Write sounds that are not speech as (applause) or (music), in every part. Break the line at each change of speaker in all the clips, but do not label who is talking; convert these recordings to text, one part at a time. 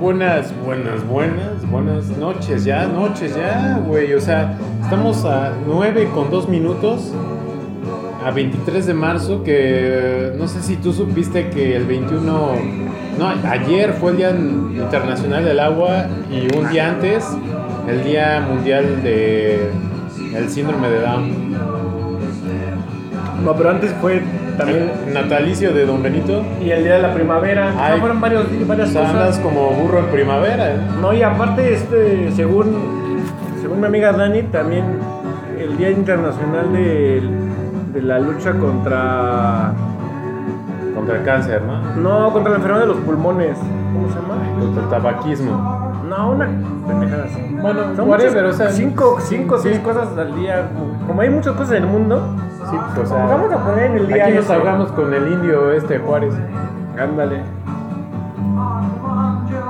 Buenas, buenas, buenas, buenas noches, ya, noches, ya, güey. O sea, estamos a 9 con 2 minutos, a 23 de marzo, que eh, no sé si tú supiste que el 21, no, ayer fue el Día Internacional del Agua y un día antes, el Día Mundial de el Síndrome de Down.
No, pero antes fue también.
El natalicio de Don Benito.
Y el día de la primavera.
Ay.
No, fueron varios, varias
O sea,
cosas.
andas como burro en primavera, ¿eh?
No, y aparte, este, según, según mi amiga Dani, también el Día Internacional de, de la lucha contra.
Contra el cáncer, ¿no?
No, contra la enfermedad de los pulmones. ¿Cómo se llama?
Contra el tabaquismo.
No, una pendejada así.
Bueno,
Son
whatever,
muchas-
o sea,
cinco, cinco,
sí.
seis cosas al día. Como hay muchas cosas en el mundo,
Sí, pues, o sea,
vamos a poner en el día.
Aquí nos
ese.
ahogamos con el indio este Juárez.
Ándale.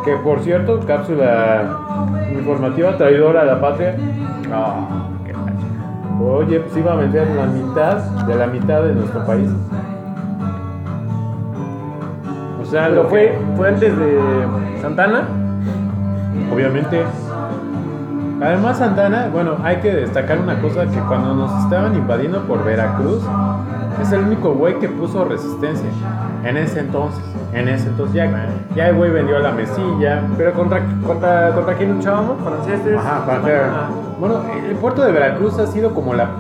Que por cierto, cápsula informativa traidora a la patria.
Ah, qué gacho.
Oye, pues iba a vender la mitad de la mitad de nuestro país. O sea,
Pero
lo
fue,
fue.
fue antes de Santana.
Obviamente. Además, Santana, bueno, hay que destacar una cosa: que cuando nos estaban invadiendo por Veracruz, es el único güey que puso resistencia. En ese entonces, en ese entonces, ya, ya el güey vendió la mesilla,
Pero contra, contra, contra quién luchábamos? Franceses.
Ajá, para que- Bueno, el puerto de Veracruz ha sido como la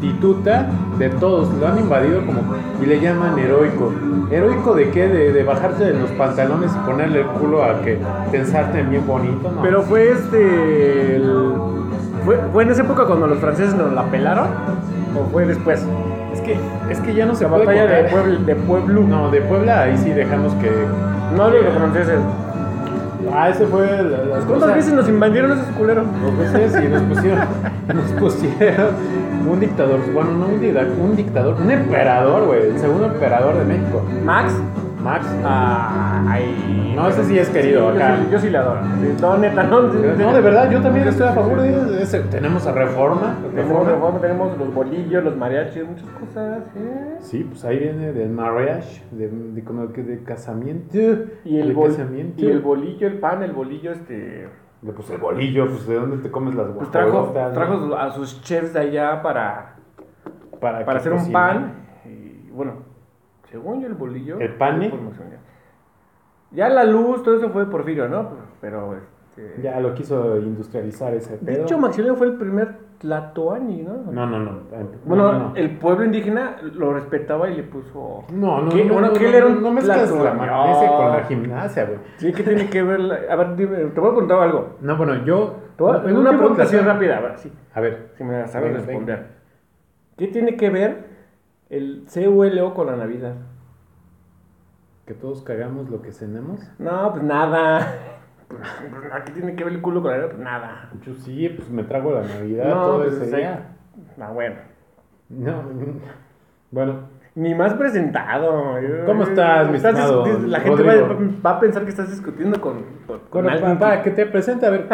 tituta de todos. Lo han invadido como. Y le llaman heroico. ¿Heroico de qué? De, de bajarse de los pantalones y ponerle el culo a que pensarte bien bonito, ¿no?
Pero fue este. el- fue, fue en esa época cuando los franceses nos la pelaron? ¿O fue después?
es que, es que ya no se
La
puede.
batalla de,
contar.
Puebl- de Pueblo.
No, de Puebla ahí sí dejamos que.
No de los franceses.
Ah, ese fue. La, las
¿Cuántas veces nos invadieron esos culeros?
Dos veces y nos pusieron, (laughs) nos pusieron un dictador, bueno, no un, dida- un dictador, un emperador, güey, el segundo emperador de México,
Max. ah,
Max.
Ay.
No, ese sí es querido
yo
acá.
sí- Yo sí, le adoro. Sí, no, neta, no.
No, de verdad, yo también estoy a favor de ese. Tenemos a Reforma.
Tenemos,
Reforma.
reforma, tenemos los bolillos, los mariachis, muchas cosas. ¿eh?
Sí, pues ahí viene del marriage, de, de como que de casamiento.
Y el,
de
bol-
casamiento.
y el bolillo, el pan, el bolillo, este.
De, pues el bolillo, pues de dónde te comes las
Pues trajo,
guajolotas,
trajo
¿no?
su- a sus chefs de allá para,
para,
para
que
hacer un
cocinen.
pan. Y bueno, según yo, el bolillo.
¿El pan, eh?
Ya la luz, todo eso fue de Porfirio, ¿no? Pero. Este,
Ya lo quiso industrializar ese
de
pedo.
hecho, Maximiliano fue el primer Tlatoani, ¿no?
no, no, no. eh,
Bueno,
no, no.
el pueblo indígena lo respetaba y le puso.
No, no,
¿Qué?
no,
Bueno,
no,
que
no,
él era
no,
un
no mezclas la
plato-
mayonesa con la
No.
gimnasia, güey.
Sí, ¿qué tiene que ver? la- A ver, dime, te voy a contar algo.
No, bueno, yo...
Te voy a-
el
una
último
pregunta así
placer-
rápida, a ver, sí.
A ver,
Si me la sabes
¿eh? Venga,
responder. ¿Qué tiene que ver el CULO con la Navidad?
que todos cagamos lo que cenamos.
No, pues nada. (laughs) ¿Qué tiene que ver el culo con la Navidad? Pues nada.
Yo sí, pues me trago la Navidad
no,
todo
pues,
ese
o sea,
día.
No, bueno.
No, (laughs) bueno,
Ni más presentado.
¿Cómo estás, mi estimado
discu- La gente va,
Rodrigo?
va a pensar que estás discutiendo con, con, con
bueno,
alguien.
pa- para que te presente, a ver,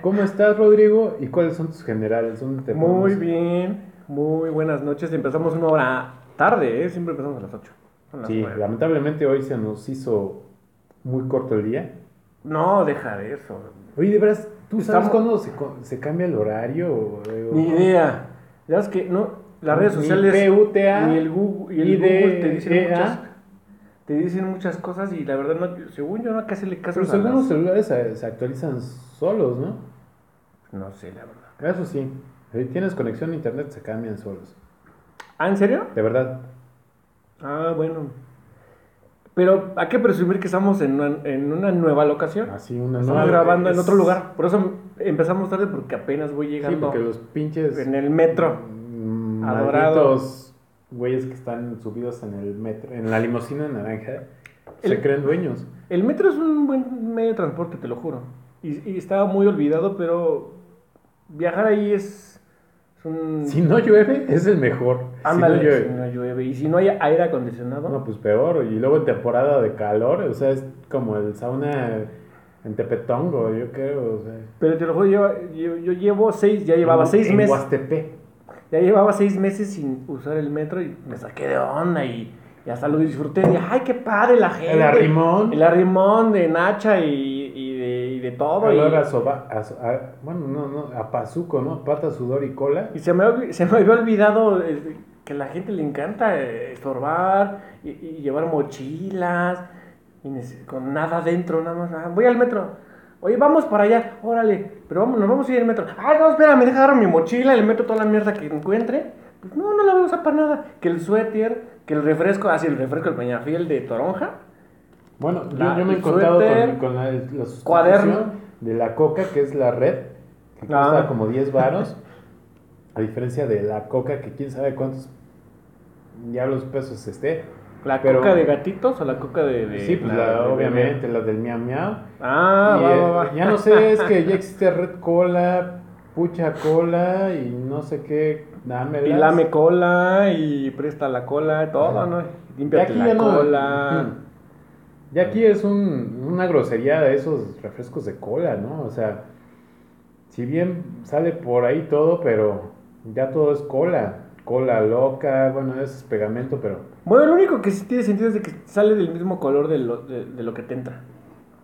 ¿cómo estás, Rodrigo? ¿Y cuáles son tus generales? ¿Dónde te
Muy
pones?
bien. Muy buenas noches. Empezamos una hora tarde, ¿eh? Siempre empezamos a las 8.
Sí, lamentablemente hoy se nos hizo muy corto el día.
No, deja de eso.
Oye, de veras, ¿tú sabes
Estamos-
cuándo se, co- se cambia el horario? O- o-
Ni idea. Ya es que no, las redes
Ni
sociales
PUTA,
ni el Google, y el
ni
Google
de-
te dicen
de-
muchas
ah.
te dicen muchas cosas y la verdad no, según yo no casi le caso
Pero
a
según
las-
los celulares se, se actualizan solos, ¿no?
no sé, la verdad.
Eso sí, si tienes conexión a internet se cambian solos.
¿Ah, en serio?
De verdad.
Ah, bueno. Pero hay que presumir que estamos en una, en una nueva locación.
Así una
estamos
nueva-
grabando en
Ah, es-
otro lugar. Por eso empezamos tarde porque apenas voy
Sí,
llegando
porque los pinches
en el metro.
mm,
Adorado.
malditos güeyes que están subidos en el metro, en la limusina naranja, se
El-
creen dueños.
El metro es un buen medio de transporte, te lo juro. Y, y estaba muy olvidado, pero viajar ahí es, es un...
Si no llueve, es el mejor.
Ándale,
si no llueve.
si no llueve. Y si no hay aire acondicionado,
No, pues peor. Y luego en temporada de calor, o sea, es como el sauna en Tepetongo, yo creo. O sea.
pero te lo juro, yo, yo- yo llevo seis, ya llevaba
En-
seis
en
meses,
Huastepec.
ya llevaba seis meses sin usar el metro y me saqué de onda y, y hasta lo disfruté. Dije, ay, qué padre la gente.
arrimón.
El arrimón de Nacha y, y y de todo.
Olor a
Y,
soba- a so- a- bueno, no, no, a pazuco, ¿no? Pata, sudor y cola.
y se, me, olvi- se me había olvidado eh, que a la gente le encanta eh, estorbar y, y llevar mochilas y nece- con nada adentro, nada más. ah, voy al metro. Oye, vamos para allá, órale, pero vamos, nos vamos a ir al metro. Ah, no, espérame, deja agarro mi mochila, le meto toda la mierda que encuentre. Pues no, no la voy a usar para nada. Que el suéter, que el refresco, así el refresco, el peñafiel de toronja.
Bueno, yo-
La-
yo, me he
el
encontrado
suéter,
con, con la, la sustitución
cuaderno.
de la coca, que es la red, que
Ah.
cuesta como 10 (laughs) varos. A diferencia de la coca, que quién sabe cuántos diablos pesos esté.
¿La
Pero-
coca de gatitos o la coca de.? de-
sí, pues
de-
la-
de-
obviamente, la del miau miau.
Ah,
Y,
va,
eh,
va, va.
Ya no sé, es
(laughs)
que ya existe red cola, pucha cola y no sé qué. Dame
Y lame cola y presta la cola, todo, ¿no? Límpiate la cola.
Ya aquí es un- una grosería de esos refrescos de cola, ¿no? O sea, si bien sale por ahí todo, pero ya todo es cola. Cola loca, bueno, es pegamento, pero
Bueno, lo único que sí tiene sentido es de que sale del mismo color de lo, de, de lo que te entra.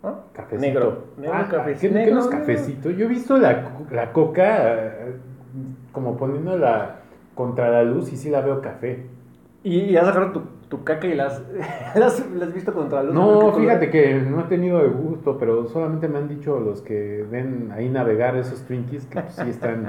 ¿no?
cafecito.
Negro. Negro,
Ah,
cafecito.
¿qué- qué no es
Negro,
cafecito? Yo he visto la, co- la coca eh, como poniéndola contra la luz y sí la veo café.
Y, y has agarrado tu, tu caca y las (laughs) las las has visto contra los
No, fíjate que no he tenido el gusto, pero solamente me han dicho los que ven ahí navegar esos Twinkies que pues, sí
(laughs)
están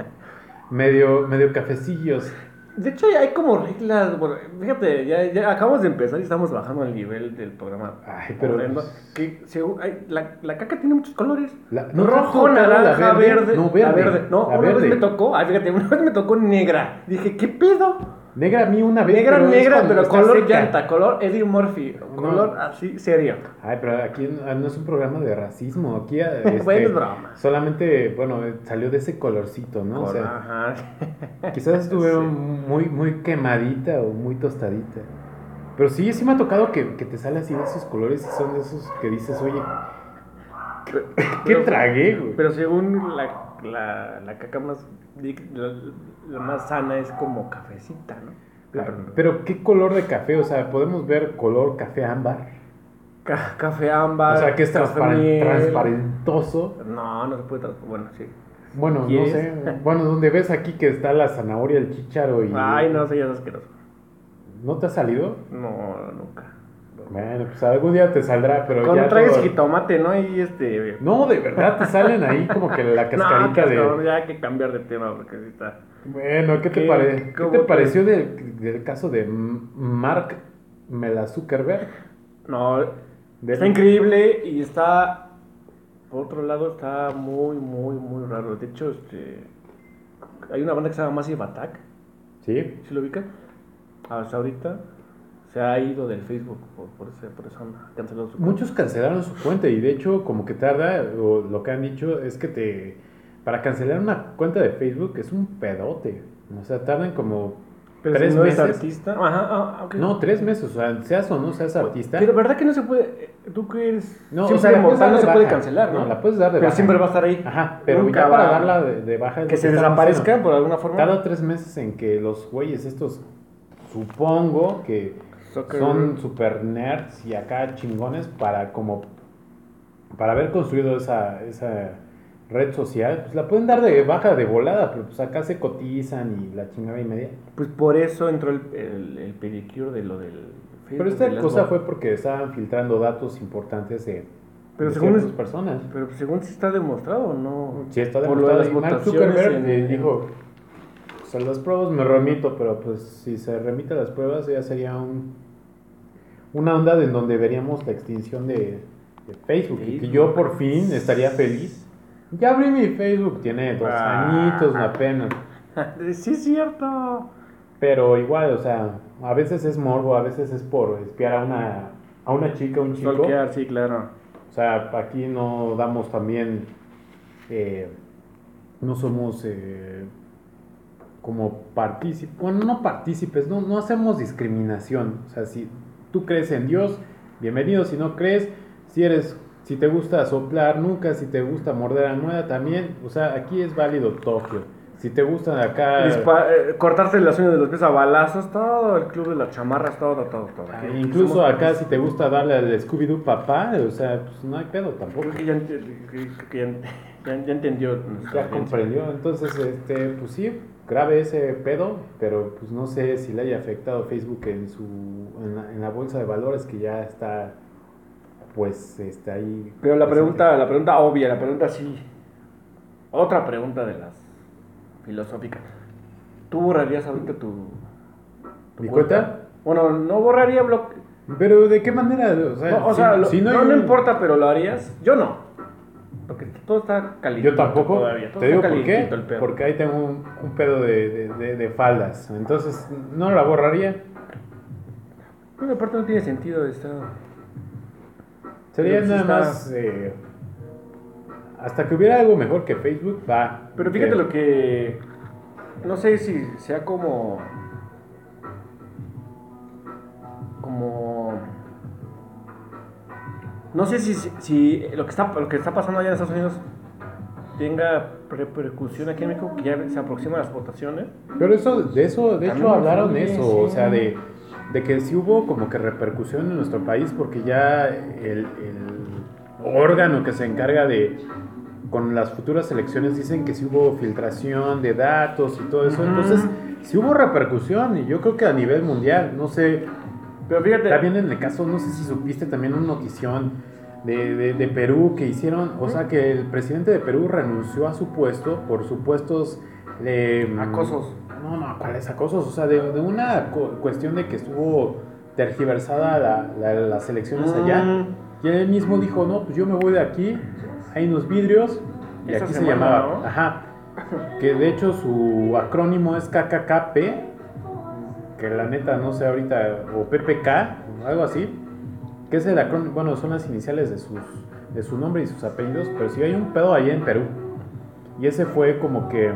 medio, medio cafecillos.
De hecho, hay como reglas. bueno, fíjate, ya, ya acabamos de empezar y estamos bajando el nivel del programa.
Ay, pero- pues
Horrendo. Que según- ay, la, la caca tiene muchos colores.
La- ¿no te has tocado
Rojo,
la
naranja,
verde?
verde,
No, verde.
La verde. No,
La
una vez
verde.
me tocó. Ay, fíjate, (laughs) una vez me tocó negra. Dije, ¿qué pedo?
Negra a mí una vez.
Negra,
pero es
negra,
cuando
pero
está
color
seca.
llanta, color Eddie Murphy, color así serio.
Ay, pero aquí no no es un programa de racismo.
(laughs)
Aquí eh, este,
Bueno, es broma.
solamente, bueno, eh, salió de ese colorcito, ¿no? O
Color,
sea, (laughs)
Ajá. (laughs)
Quizás estuve
Sí.
muy, muy quemadita o muy tostadita. Pero sí, sí me ha tocado que, que te sale así de esos colores y son de esos que dices, oye, ¿qué
Pero-
tragué, güey?
Pero según la, la, la caca más, dig- la, la más sana es como cafecita, ¿no?
Pero, pero ¿qué color de café? O sea, podemos ver color café ámbar.
Ca- café ámbar.
O sea, que es
café
transparen-
miel.
transparentoso.
No, no se puede transparentar. Bueno, sí.
Bueno, no
¿Quieres?
sé. Bueno, donde ves aquí que está la zanahoria, el chícharo y...
Ay, no, eso ya es asqueroso.
¿No te ha salido?
No, nunca.
Bueno, pues algún día te saldrá, pero
Cuando
ya...
traes
todo-
jitomate, ¿no? Y este.
No, de verdad, te salen ahí como que la
(laughs) no,
cascarita de...
cascarón, Ya hay que cambiar de tema porque sí está.
Bueno, ¿qué te,
¿Qué- pues?
pare- ¿qué
cómo
te
te-
pareció del, del caso de M- Mark Mela Zuckerberg?
No,
De-
está increíble y está. Por otro lado, está muy, muy, muy raro. De hecho, este. Hay una banda que se llama Massive Attack.
Sí,
¿Sí lo ubica? Hasta ahorita se ha ido del Facebook por, por, ese, por esa onda. Canceló su cuenta.
muchos cancelaron su cuenta y de hecho como que tarda, o lo que han dicho es que te... Para cancelar una cuenta de Facebook es un pedote. O sea, tardan como
Pero si
tres
no eres
meses.
artista. Pues, Ajá, ah, ok.
No, tres meses, o sea, seas o no seas artista.
Pero verdad que no se puede. eh, Tú que eres.
No,
simple
o sea, la puedes
mortal,
dar
no
de
se puede
baja.
cancelar, ¿no?
No, la puedes dar de
Pero
baja.
siempre va a estar ahí.
Ajá, pero
Nunca
ya para
va-
darla de, de baja... es
Que
lo
se
están
desaparezca
haciendo.
por alguna forma.
Tarda tres meses en que los güeyes estos, supongo que
Zuckerberg.
son super nerds y acá chingones para como para haber construido esa, esa red social, pues la pueden dar de baja de volada, pero pues acá se cotizan y la chingada y media.
Pues por eso entró el, el, el pedicure de lo del Facebook.
Pero
pues, de
esta
las
cosa
bo-
fue porque estaban filtrando datos importantes de,
Pero
de
según
ciertas
es-
personas.
Pero según si está demostrado, ¿no?
Si está
Por lo
demostrado,
de las
y Mark
votaciones
Zuckerberg
en-
eh, dijo, pues a las pruebas me remito, pero pues si se remite a las pruebas ya sería un, una onda en donde veríamos la extinción de, de Facebook. Y que yo por fin estaría feliz. Ya abrí mi Facebook, tiene dos
Ah.
añitos apenas.
sí, es cierto.
Pero igual, o sea, a veces es morbo, a veces es por espiar a una, a una chica, un chico.
Stalkear, sí, claro.
O sea, aquí no damos también, eh, no somos eh, como partícipes, bueno, no partícipes, no, no hacemos discriminación. O sea, si tú crees en Dios, bienvenido, si no crees, si eres, si te gusta soplar nunca, si te gusta morder almohada también, o sea, aquí es válido Tokio. Si Si te gustan acá.
Dispa- eh, cortarse las uñas de los pies a balazos, todo el club de las chamarras, todo, todo, todo.
Ah,
Aquí
Incluso
somos-
acá, si te gusta darle al Scooby-Doo papá, o sea, pues no hay pedo tampoco.
Creo que ya, ent- creo que ya ent- (laughs) ya- ya entendió. nuestra
Ya
audiencia.
comprendió. Entonces, este, pues sí, grave ese pedo, pero pues no sé si le haya afectado Facebook en su en la, en la bolsa de valores que ya está, pues, está ahí.
Pero la
presente.
pregunta, la pregunta obvia, la pregunta sí. Otra pregunta de las filosóficas. ¿Tú borrarías ahorita tu, tu
¿Mi cuenta?
Bueno, no borraría bloque.
Pero de qué manera, o sea,
No, o
si-
sea, lo-
si
no,
hay
no
un-
importa, pero lo harías. Yo no. Porque todo está caliente.
Yo tampoco.
Todavía. Todo
Te digo
está
por qué.
calientito el pedo.
Porque ahí tengo un, un pedo de, de- de- de faldas. Entonces, no la borraría.
Bueno, aparte no tiene sentido estar.
Sería
Pero, pues,
nada
está-
más. eh, hasta que hubiera algo mejor que Facebook, va.
Pero fíjate lo que. No sé si sea como. Como. No sé si, si- si lo, que está, lo que está pasando allá en Estados Unidos tenga repercusión aquí en México, que ya se aproximan las votaciones.
Pero eso, de eso, de hecho
También
hablaron de
influye,
eso,
sí.
o sea, de, de que sí hubo como que repercusión en nuestro país porque ya el, el órgano que se encarga de con las futuras elecciones dicen que sí hubo filtración de datos y todo eso,
Ujú.
entonces sí hubo repercusión y yo creo que a nivel mundial, no sé,
Pero fíjate.
también en el caso, no sé si supiste también una notición de, de- de Perú que hicieron, o sea, que el presidente de Perú renunció a su puesto por supuestos... eh,
Acosos.
no, no, ¿cuáles acosos? O sea, de, de una cu- cuestión de que estuvo tergiversada la- la- las elecciones allá.
Mm.
Y él mismo dijo, no, pues yo me voy de aquí, hay unos vidrios. Y
Esa
aquí se
semana,
llamaba,
¿no?
ajá, que de hecho su acrónimo es KKKP, que la neta no sé ahorita, o PPK, o algo así, que es el acrónimo, bueno, son las iniciales de, sus, de su nombre y sus apellidos, pero sí hay un pedo ahí en Perú. Y ese fue como que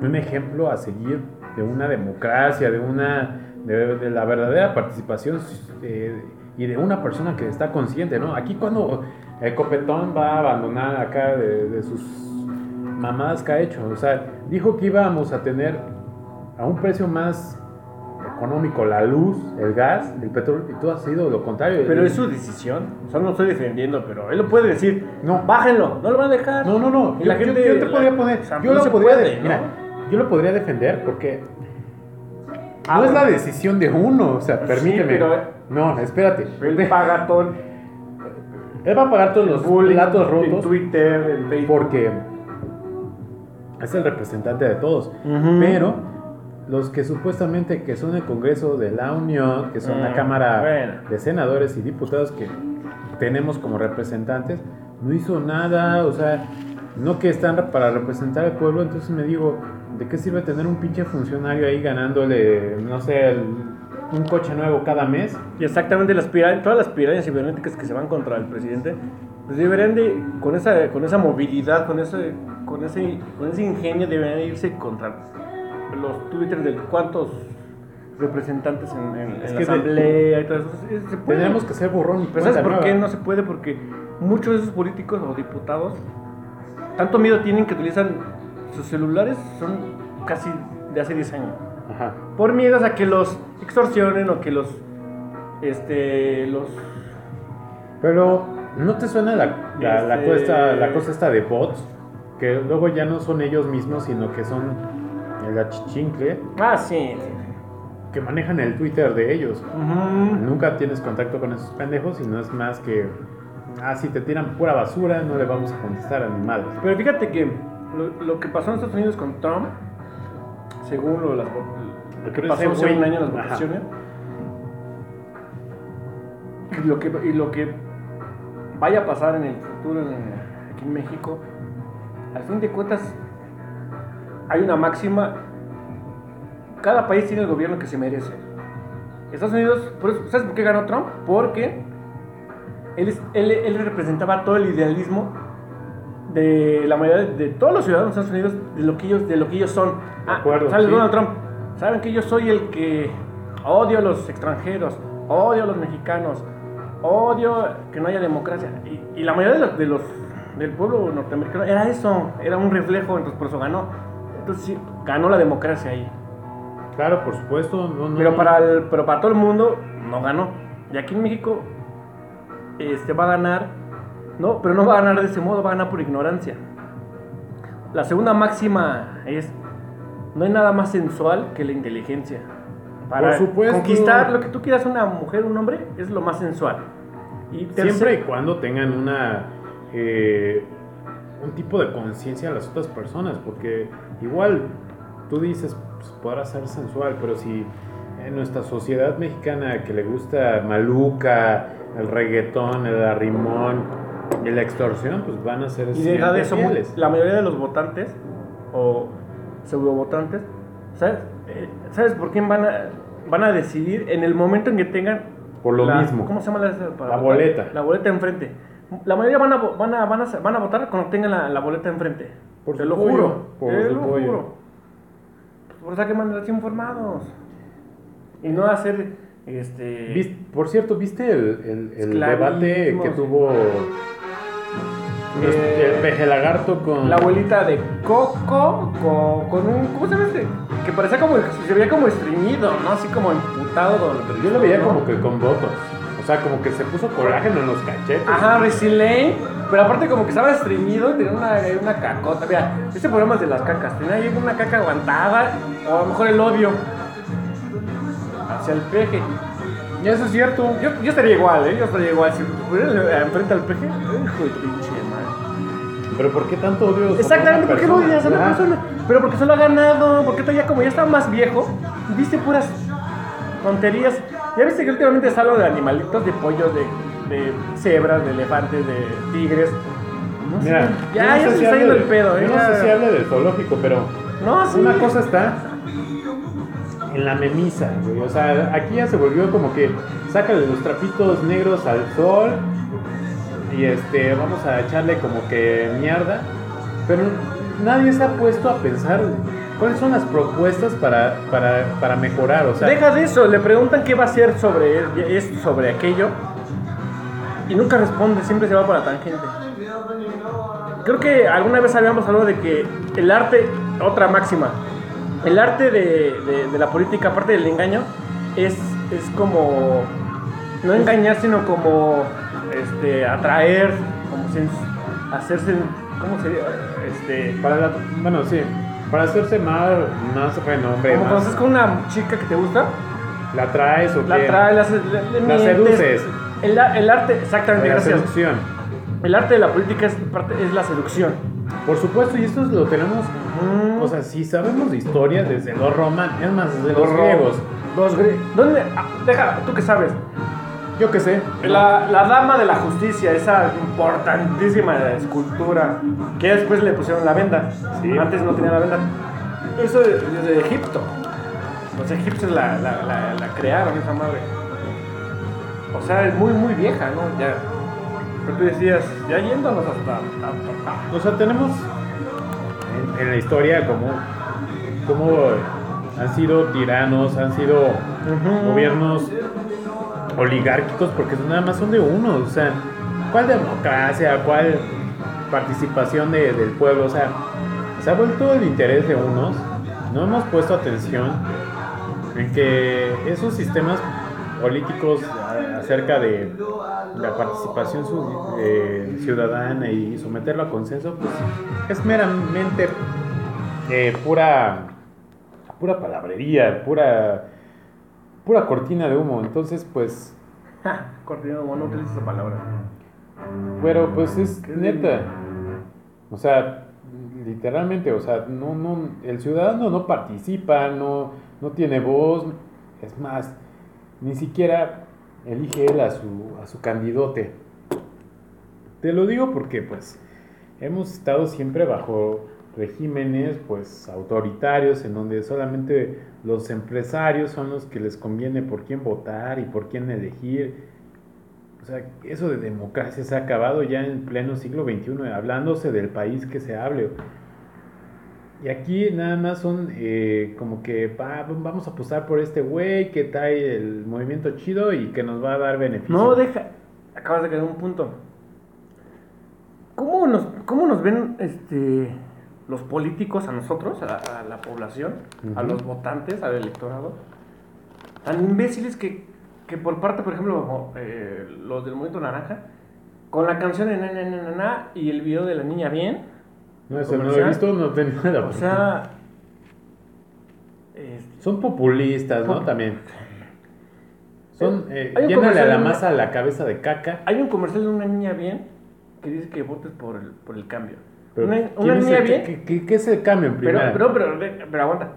un ejemplo a seguir de una democracia, de una de, de la verdadera participación eh, y de una persona que está consciente, ¿no? Aquí cuando el copetón va a abandonar acá de, de sus mamadas que ha hecho, o sea, dijo que íbamos a tener a un precio más económico la luz, el gas, el petróleo y todo ha sido lo contrario.
Pero es su decisión. O sea, no lo estoy defendiendo, pero él lo puede decir.
No.
bájenlo, no lo van a dejar.
No, no, no.
Y la
yo,
gente-
yo- yo te
la-
podría poner.
o sea,
yo,
no
lo
se
podría,
puede,
de-
¿no?
mira, yo lo podría defender porque.
Ah,
no es la
bueno.
decisión de uno, o sea,
Sí,
permíteme.
pero- eh,
No, espérate.
Él paga todo el
Él va a pagar todos los
bullying
platos
en
rotos
Twitter, en Facebook.
porque es el representante de todos.
Ujú.
Pero los que supuestamente que son el Congreso de la Unión, que son la
Mm,
Cámara
bueno.
de Senadores y Diputados que tenemos como representantes, no hizo nada, o sea, no que están para representar al pueblo, entonces me digo, ¿de qué sirve tener un pinche funcionario ahí ganándole, no sé, el- un coche nuevo cada mes?
Y exactamente las pira- todas las pirañas cibernéticas que se van contra el presidente, pues deberían de, con esa, con esa movilidad, con ese, con ese, con ese ingenio, deberían de irse contra los Twitter de cuántos representantes en, en- en
Es
la
que de-
asamblea y todo eso. Es- se puede.
Tenemos que ser borrón y
Pero Pues, ¿sabes
cuenta
por qué
nueva.
no se puede? Porque muchos de esos políticos o diputados tanto miedo tienen que utilizan sus celulares, son casi de hace 10 años.
Ajá.
Por miedos a que los extorsionen o que los. Este. Los.
Pero, ¿no te suena la, la, la
Este-
cuesta- la cosa esta de bots? Que luego ya no son ellos mismos, sino que son el achichincle
Ah, sí.
que manejan el Twitter de ellos. Nunca tienes contacto con esos pendejos y no es más que. Ah, si te tiran pura basura, no le vamos a contestar a ni madres.
Pero fíjate que lo, lo que pasó en Estados Unidos con Trump, según lo, de las, vo- lo que
Pero
pasó
ese
hace un
güey-
año en las
ajá.
votaciones, y lo, que, y lo que vaya a pasar en el futuro en- aquí en México, al fin de cuentas, hay una máxima: cada país tiene el gobierno que se merece. Estados Unidos, por eso- ¿sabes por qué ganó Trump? Porque él, es- él- él representaba todo el idealismo de la mayoría de, de todos los ciudadanos de Estados Unidos de lo que ellos de lo que ellos son. Ah,
acuerdo,
sale
sí.
Donald Trump. Saben que yo soy el que odio a los extranjeros, odio a los mexicanos, odio que no haya democracia. Y, y la mayoría de los, de los- del pueblo norteamericano era eso, era un reflejo, entonces por eso ganó. Entonces sí, ganó la democracia ahí.
Claro, por supuesto. No, no,
Pero
no.
para, el, pero para todo el mundo no ganó. Y aquí en México este, va a ganar, no, pero no va a ganar de ese modo, va a ganar por ignorancia. La segunda máxima es, no hay nada más sensual que la inteligencia. Para
Por supuesto.
conquistar lo que tú quieras una mujer, un hombre, es lo más sensual. Y tercer-
Siempre y cuando tengan una eh, un tipo de conciencia a las otras personas, porque igual tú dices, pues, podrá ser sensual, pero si en nuestra sociedad mexicana que le gusta Maluca, el reggaetón, el arrimón y la extorsión, pues van a ser
Y deja
siempre
de eso,
fieles.
mu- la mayoría de los votantes o pseudovotantes, ¿sabes? Eh, ¿Sabes por quién van a, van a decidir en el momento en que tengan
Por lo
la-
mismo.
¿Cómo se llama la, esa para
La
votar?
boleta.
La boleta enfrente. La mayoría van a, vo- van a, van a, van a votar cuando tengan la, la boleta enfrente.
Por
Te lo
su pollo,
juro.
por
te
su
lo
pollo.
juro. Por eso hay que mantenerse informados. Y no hacer este
Vis- por cierto, ¿viste el, el- el
Esclavismo.
debate que tuvo este,
Eh,
el peje lagarto con
La abuelita de Coco co- con, un. ¿Cómo se llama este? Que parecía como. Se veía como estreñido, ¿no? Así como emputado. don-
Pero yo lo veía
¿no?
como que con votos. O sea, como que se puso colágeno en los cachetes.
Ajá, Resilane. Pero aparte, como que estaba estreñido y tenía una, una cacota. Mira, este programa es de las cacas. Tenía ahí una caca aguantada. O a lo mejor el odio hacia el peje.
Y eso es cierto.
Yo, yo estaría igual, ¿eh? Yo estaría igual. Si pudiera enfrente al peje. Hijo de pinche madre.
Pero ¿por qué tanto odio? sobre
Exactamente,
una
¿por qué no odias a una
Ajá.
persona? Pero porque se lo ha ganado, porque tú ya como ya está más viejo, viste puras tonterías. Ya viste que últimamente está lo de animalitos, de pollos, de, de cebras, de elefantes, de tigres. No sé,
Mira, yo
ya,
no
ya
sé
se
si
está
hable
yendo el
de-
pedo, ¿eh?
Yo no
Ya.
sé si hable del zoológico, pero
No, sí.
una cosa está en la memisa, güey. O sea, aquí ya se volvió como que sácale los trapitos negros al sol y este, vamos a echarle como que mierda. Pero nadie se ha puesto a pensar cuáles son las propuestas para, para, para mejorar. O sea,
Deja de eso, le preguntan qué va a hacer sobre esto, sobre aquello. Y nunca responde, siempre se va para la tangente. Creo que alguna vez habíamos hablado de que el arte, otra máxima, el arte de, de- de la política, aparte del engaño, es, es como, no engañar, sino como este, atraer, como sen- hacerse, ¿cómo sería? Este,
para la- bueno, sí, para hacerse más, más renombre,
como cuando
más,
estás con una chica que te gusta,
la traes o
La
qué?
trae, la, haces- le- le
La
mientes.
seduces.
El, a- el arte, exactamente,
la
gracias.
seducción.
El arte de la política es, parte- es la seducción.
Por supuesto, y esto lo tenemos
Mm.
O sea, si sabemos de historia desde los romanos, es más, desde los,
Los
griegos.
Los gre- ¿Dónde? ah, deja, tú que sabes.
Yo qué sé.
La, la dama de la justicia, esa importantísima escultura, que después le pusieron la venda.
Sí.
Antes no tenía la venda. Eso de- desde Egipto. Los egipcios la, la- la- la crearon, esa madre. O sea, es muy, muy vieja, ¿no? Ya. Pero tú decías, ya yéndonos hasta. hasta- hasta-
O sea, tenemos en, en la historia como, como han sido tiranos, han sido
Ujú.
gobiernos oligárquicos, porque nada más son de uno. O sea, ¿cuál democracia? ¿Cuál participación de- del pueblo? O sea, se ha vuelto el interés de unos. No hemos puesto atención en que esos sistemas políticos a- acerca de la participación su- eh, ciudadana y someterlo a consenso, pues es meramente eh, pura, pura palabrería, pura, pura cortina de humo. Entonces, pues,
Ja, Cortina de humo, no utilices esa palabra.
pero pues es
Qué
neta. O sea, literalmente, o sea, no, no, el ciudadano no participa, no, no tiene voz, es más, ni siquiera elige él a su, a su candidote. Te lo digo porque pues hemos estado siempre bajo regímenes pues autoritarios en donde solamente los empresarios son los que les conviene por quién votar y por quién elegir. O sea, eso de democracia se ha acabado ya en pleno siglo XXI, hablándose del país que se hable. Y aquí nada más son eh, como que "Va, vamos a apostar por este güey que trae el movimiento chido y que nos va a dar beneficio.
No, deja. Acabas de caer en un punto. ¿Cómo nos, cómo nos ven este, los políticos a nosotros, a, a la población, a
Ujú.
los votantes, al electorado, tan imbéciles que, que por parte, por ejemplo, eh, los del Movimiento Naranja, con la canción de na, na, na, na, na, y el video de la niña bien,
No, eso no lo he visto, no tengo nada.
o sea, este,
Son populistas, ¿no?
Pop-
También. Son. Eh,
Hay un
llénale a la
comercial-
masa la cabeza de caca.
Hay un comercial de una niña bien que dice que votes por el, por el cambio.
Pero,
una
¿quién
una
es
niña
el-
bien,
¿Qué, qué, qué es el cambio en
pero,
primera?
pero, pero, de- pero aguanta.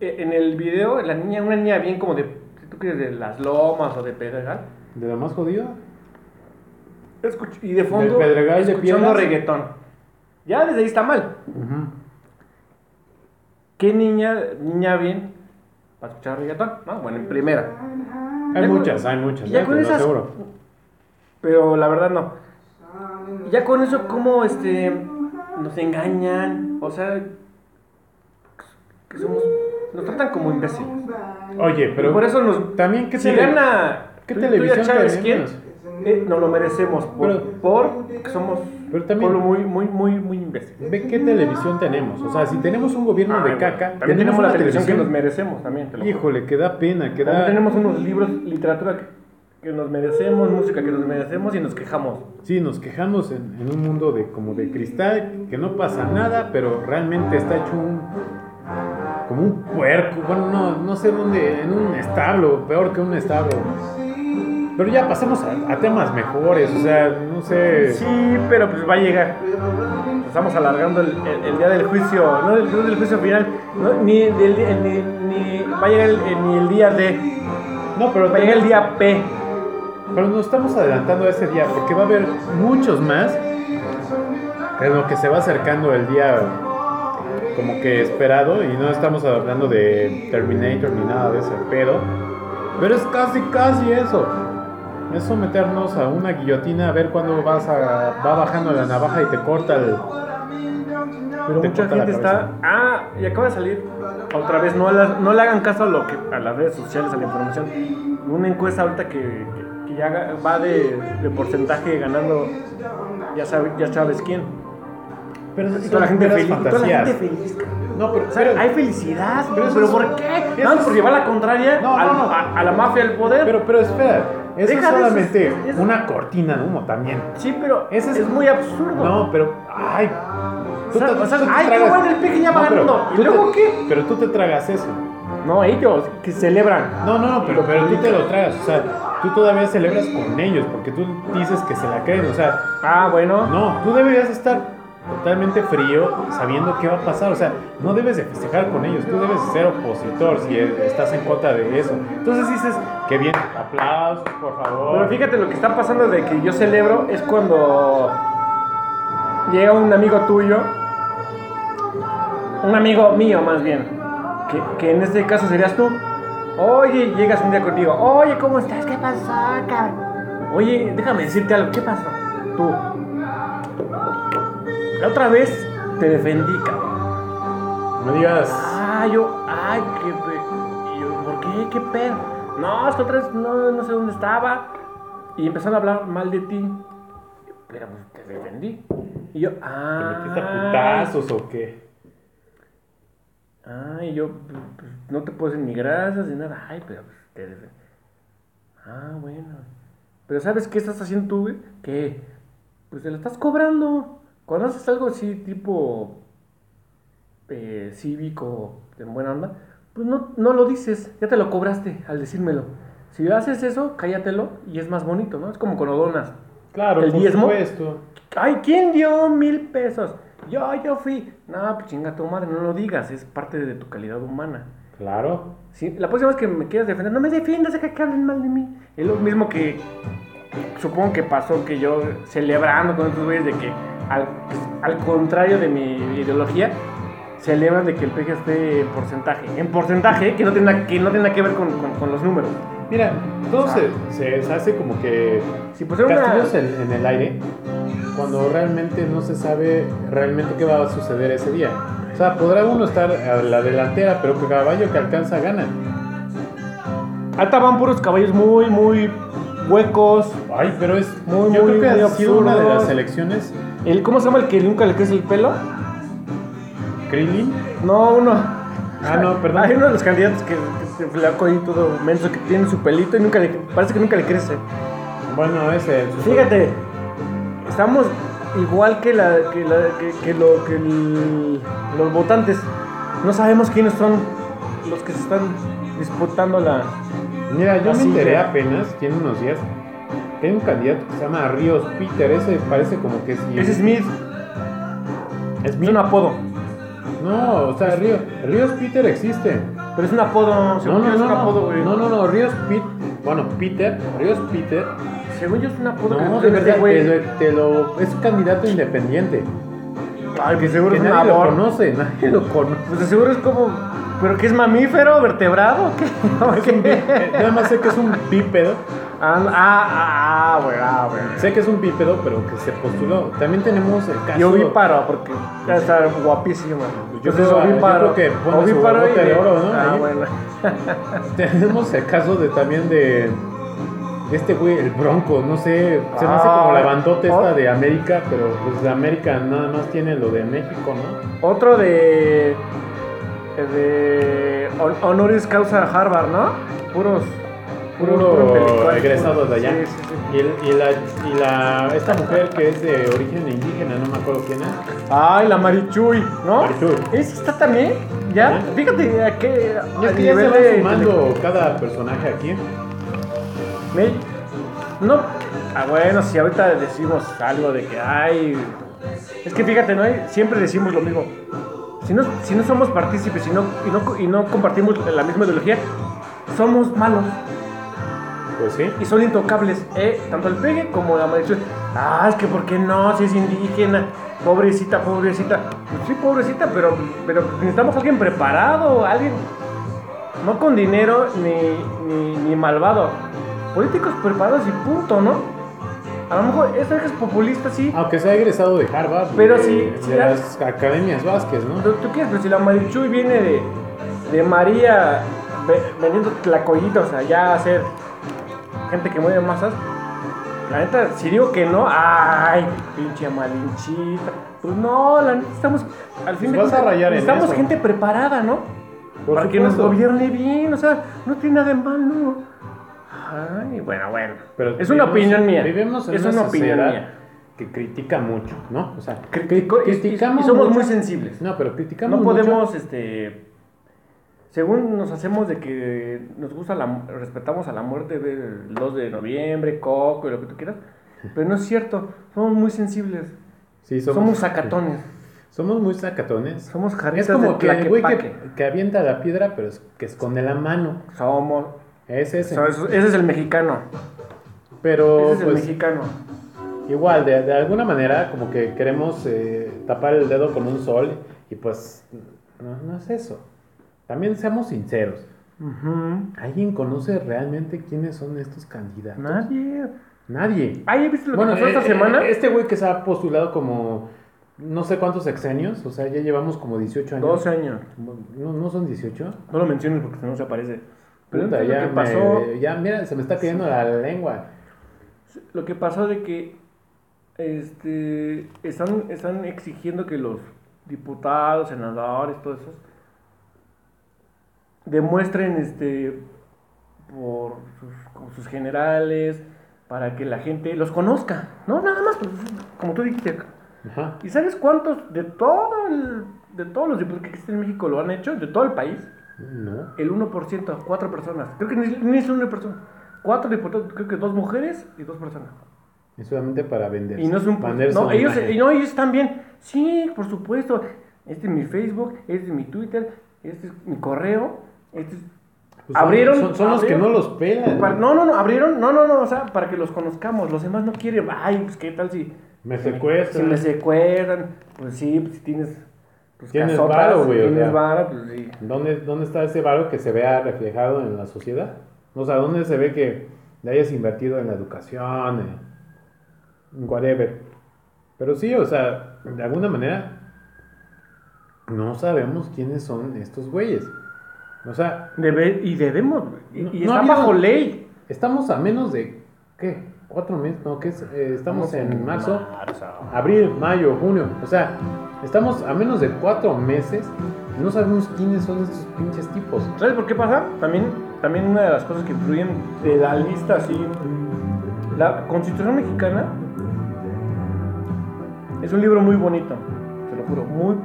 Eh, En el video, la niña, una niña bien como de, si tú quieres, de las lomas o de Pedregal.
¿De lo más jodido?
escuch- y de fondo,
¿Del Pedregal de
escuchando
piedras?
reggaetón. Ya desde ahí está mal. ¿Qué niña, niña bien para escuchar reggaetón? No, bueno, en primera.
Hay
Ya con-
muchas, hay muchas.
ya
¿eh?
con
Te lo
esas-
aseguro.
Pero la verdad no. Ya con eso, ¿cómo este, nos engañan? O sea, que somos. Nos tratan como imbéciles.
Oye, pero.
Y por eso nos.
También, ¿qué
si
tele-
gana.
qué
tú-
televisión
tú ya sabes quién?
tenemos?
eh, nos lo merecemos. Por,
Pero-
por que somos
Pero también-
pueblo muy, muy, muy, muy imbécil. Ah,
Ve qué televisión tenemos. O sea, si tenemos un gobierno de caca,
También tenemos
una
la televisión que nos merecemos también. te lo juro.
Híjole, que da pena, que da.
También tenemos unos libros, literatura que, que nos merecemos, música que nos merecemos y nos quejamos.
Sí, nos quejamos en, en un mundo de como de cristal, que no pasa nada, pero realmente está hecho un como un puerco, bueno, no, no sé dónde, en un establo, peor que un establo. Pero ya pasemos a, a temas mejores, o sea, no sé.
Sí, pero pues va a llegar. Estamos alargando el, el- el día del juicio, no, del- no del juicio final, no, ni, del, di- ni, ni- va a llegar el, el- ni el día D,
No, pero
va a llegar
también-
el día P.
Pero nos estamos adelantando a ese día porque va a haber muchos más en lo que se va acercando el día como que esperado y no estamos hablando de Terminator ni nada de ese pedo. Pero es casi, casi eso. Es someternos a una guillotina a ver cuándo vas a, va bajando la navaja y te corta el...
Pero
te
mucha
corta la
gente está.
cabeza.
Ah, y acaba de salir otra vez. No, a las- no le hagan caso a, lo que, a las redes sociales, a la información. Una encuesta ahorita que, que- que ya ga- va de, de porcentaje ganando, ya, sabe- ya sabes quién.
Pero esas
Y
son
toda la gente
puras
feliz. y Toda la
fantasías.
gente feliz, cabrón.
No, pero,
O sea,
pero-
hay felicidad,
pero
pero,
eso es-
¿por qué?
eso
No,
es-
por llevar la contraria
No, no,
al-
no.
A, a la mafia al poder.
pero, pero espera, eso
Deja
es
de eso,
solamente
es- es-
una cortina de humo también.
sí, pero
Ese es-
es, muy absurdo.
No, pero. ¡Ay!
O sea,
te-
o sea,
te
ay, qué
tragas-
bueno, el peje ya va
pero
ganando. ¿Y
tú
luego
te-
qué?
Pero tú te tragas eso.
No, ellos que celebran.
No, no, no, pero, pero tú te lo tragas. O sea, tú todavía celebras con ellos porque tú dices que se la creen. O sea,
Ah, bueno.
no, tú deberías estar totalmente frío sabiendo qué va a pasar. O sea, no debes de festejar con ellos. Tú debes de ser opositor si e- estás en contra de eso. Entonces dices, qué bien, aplausos, por favor.
Pero fíjate lo que está pasando de que yo celebro es cuando llega un amigo tuyo, un amigo mío más bien, que, que en este caso serías tú. Oye, llegas un día contigo, oye, ¿cómo estás? ¿Qué pasó, cabrón? Oye, déjame decirte algo, ¿qué pasó? Tú. La otra vez te defendí, cabrón.
No digas.
Ah, yo, ay, qué pe- y yo, ¿por qué? ¿Qué pedo? No, es que otra vez no, no sé dónde estaba. Y empezaron a hablar mal de ti. Pero pues te defendí. Y yo,
¿Te
ah.
metiste a putazos o qué?
Ay, yo pues, pues, no te puedo decir ni gracias ni nada. Ay, pero pues, te defendí. Ah, bueno. Pero ¿sabes qué estás haciendo tú, güey? ¿Qué? Pues te la estás cobrando. Cuando haces algo así, tipo eh, cívico, en buena onda, pues no, no lo dices. Ya te lo cobraste al decírmelo. Si haces eso, cállatelo y es más bonito, ¿no? Es como cuando donas.
Claro,
¿El
por
diezmo?
supuesto.
Ay, ¿quién dio mil pesos? Yo, yo fui. No, pues chinga tu madre, no lo digas. Es parte de tu calidad humana.
Claro.
Sí, la próxima vez que me quieras defender, no me defiendas, deja que hablen mal de mí. Es lo mismo que supongo que pasó que yo celebrando con estos güeyes de que al, pues, al contrario de mi ideología, celebran de que el peje esté en porcentaje. En porcentaje que no tiene nada que, no tiene nada que ver con, con- con los números.
Mira, todo
O
se,
sea,
se- se hace como que
Ah. Si pusieron una-
castillos en, en el aire cuando realmente no se sabe realmente qué va a suceder ese día. O sea, podrá uno estar a la delantera, pero que caballo que alcanza gana.
Ahorita van puros caballos muy, muy huecos.
Ay, pero es
Muy,
yo
muy,
creo que
muy
ha sido una de
absurdo.
las elecciones.
El, ¿Cómo se llama el que nunca le crece el pelo?
Krillin.
No, uno.
Ah, no, perdón.
Hay uno de los candidatos que, que es flaco y todo menso que tiene su pelito y nunca le, parece que nunca le crece.
Bueno, ese.
Fíjate, estamos igual que, la, que, la- que- que lo- que el- los votantes. No sabemos quiénes son los que se están disputando la...
Mira, yo me
Así
enteré
ya.
apenas, tiene unos días, que hay un candidato que se llama Ríos Peter, ese parece como que sí.
Ese Es Smith,
¿Es
es
mío?
un apodo.
No, o sea, Ríos, Ríos Peter existe.
Pero es un apodo,
No,
según yo
no,
es un
no,
apodo, güey.
no, no, no, Ríos Peter, bueno, Peter, Ríos Peter,
Según yo es un apodo que
no, de
le pusieron a
verdad,
este güey.
te, lo- te lo, es un candidato independiente,
Ay, pues seguro
que
es un
nadie lo
apodo.
conoce, (laughs) nadie lo conoce.
Pues de seguro es como. ¿Pero qué es mamífero? ¿Vertebrado? o ¿Qué?
(laughs)
¿O qué?
Eh, Nada más sé que es un bípedo,
(laughs) Ah, no, ah, ah, güey, ah, güey.
sé que es un bípedo, pero que se postuló. También tenemos el caso...
Y ovíparo, porque ya está guapísima.
Yo
Entonces,
creo- yo creo
ovíparo.
que pone su
Ovíparo y
bote de oro, ¿no?
Ah,
Ahí.
bueno.
(laughs) Tenemos el caso de también de de este güey, el Bronco, no sé, se me hace
Ah.
como la bandota esta
Oh.
de América, pero pues de América nada más tiene lo de México, ¿no?
Otro de. eh, de. hon- Honoris causa Harvard, ¿no? Puros.
Puro,
pelicón,
egresado
puros-
de allá.
Sí, sí, sí.
Y, el- y la, y la- esta mujer que es de origen indígena, no me acuerdo quién
Ah,
es.
Ay, la Marichuy, ¿no?
Marichuy.
¿Esa está también? ¿Ya?
¿Ya?
Fíjate a qué. a
Y es que ya se
nivel
va
de
sumando cada personaje aquí.
Me- No. Ah, bueno, si ahorita decimos algo de que ay. Es que fíjate, ¿no? Siempre decimos lo mismo. Si no, si no somos partícipes y no, y, no, co- y no compartimos la misma ideología, somos malos
Pues sí.
y son intocables. ¿eh? Tanto el pegue como la maldición. Ah, es que ¿por qué no? Si es indígena. Pobrecita, pobrecita. Pues sí, pobrecita, pero, pero necesitamos a alguien preparado, alguien. No con dinero ni, ni, ni malvado. Políticos preparados y punto, ¿no? A lo mejor esa es populista, sí.
Aunque sea egresado de Harvard.
Pero
de-
sí,
de
sí la-
las academias Vázquez, ¿no?
¿Tú, tú quieres? Pero si la Marichuy viene de, de María ve- vendiendo tlacoyitos allá a ser gente que mueve masas, la neta, si digo que no, ¡ay! Pinche malinchita. Pues no, la neta, estamos. Al fin
Pues vas
de
a rayar en
Estamos
eso.
gente preparada, ¿no?
Por
Para que nos
supuesto.
gobierne bien, o sea, no tiene nada de malo. Ay, bueno, bueno.
Pero
es una
vivimos-
opinión mía.
Vivimos en
es
una,
una opinión
sociedad
mía.
que critica mucho, ¿no? O sea, cri-
Critico- y- y- y somos muy sensibles.
No, pero criticamos
No
mucho.
podemos, este. Según nos hacemos de que nos gusta la. mu- respetamos a la muerte del 2 de noviembre, Coco y lo que tú quieras. Pero no es cierto, somos muy sensibles.
Sí,
Somos,
somos,
sacatones.
Somos muy sacatones.
Somos
es
jarritas
como
de
que el güey que,
tlaquepaque.
que avienta la piedra, pero es- que esconde la mano.
Somos.
Es ese.
so- eso- ese es el mexicano.
Pero
Ese es el
pues,
mexicano.
igual, de, de alguna manera, como que queremos eh, tapar el dedo con un sol y pues no, no es eso. También seamos sinceros.
Ujú.
¿Alguien conoce realmente quiénes son estos candidatos?
Nadie.
Nadie.
Ay, ¿viste lo que pasó
eh,
esta
eh,
semana?
Este güey que se ha postulado como no sé cuántos sexenios, o sea, ya llevamos como 18 años.
12 años.
No, no son 18.
No lo menciones porque si no se aparece. Pero
Puta,
¿viste
ya,
lo
me-
que pasó.
ya, mira, se me está cayendo la lengua.
Lo que pasó de que este, están, están exigiendo que los diputados, senadores, todos esos, demuestren este, por sus, con sus generales para que la gente los conozca, ¿no? Nada más, pues, como tú dijiste.
Ajá.
¿Y sabes cuántos de todo el- de todos los diputados que existen en México lo han hecho? De todo el país.
No.
El 1%, cuatro personas. Creo que ni, ni es una persona. Cuatro diputados, creo que dos mujeres y dos personas.
Es solamente para vender.
Y no es un
Vender
no,
su
ellos,
imagen.
y no, ellos también. Sí, por supuesto. Este es mi Facebook, este es mi Twitter, este es mi correo. Este es-
Pues son-
abrieron-
Son, son los que
abrieron-
no los pelan.
para- no, no, no, abrieron. No, no, no, o sea, para que los conozcamos. Los demás no quieren. Ay, pues qué tal si.
Me
si me-
secuestran.
Si me secuestran. Pues sí, pues si tienes. Pues,
Tienes
casotas,
varo, güey, o
Tienes
sea.
varo, pues sí.
¿Dónde, ¿Dónde está ese varo que se vea reflejado en la sociedad? O sea, ¿dónde se ve que le hayas invertido en la educación, en- en whatever? Pero sí, o sea, de alguna manera, no sabemos quiénes son estos güeyes. O sea,
Debe- y debemos, güey. Y,
No-
y
no ha
está
habido-
bajo ley.
estamos a menos de, ¿qué? ¿Cuatro meses? No, que estamos Eh, en marzo,
Marzo.
abril, mayo, junio. O sea, Estamos a menos de cuatro meses. y No sabemos quiénes son estos pinches tipos.
¿Sabes por qué pasa? También, también una de las cosas que influyen de la lista así. La Constitución Mexicana es un libro muy bonito, te lo juro, muy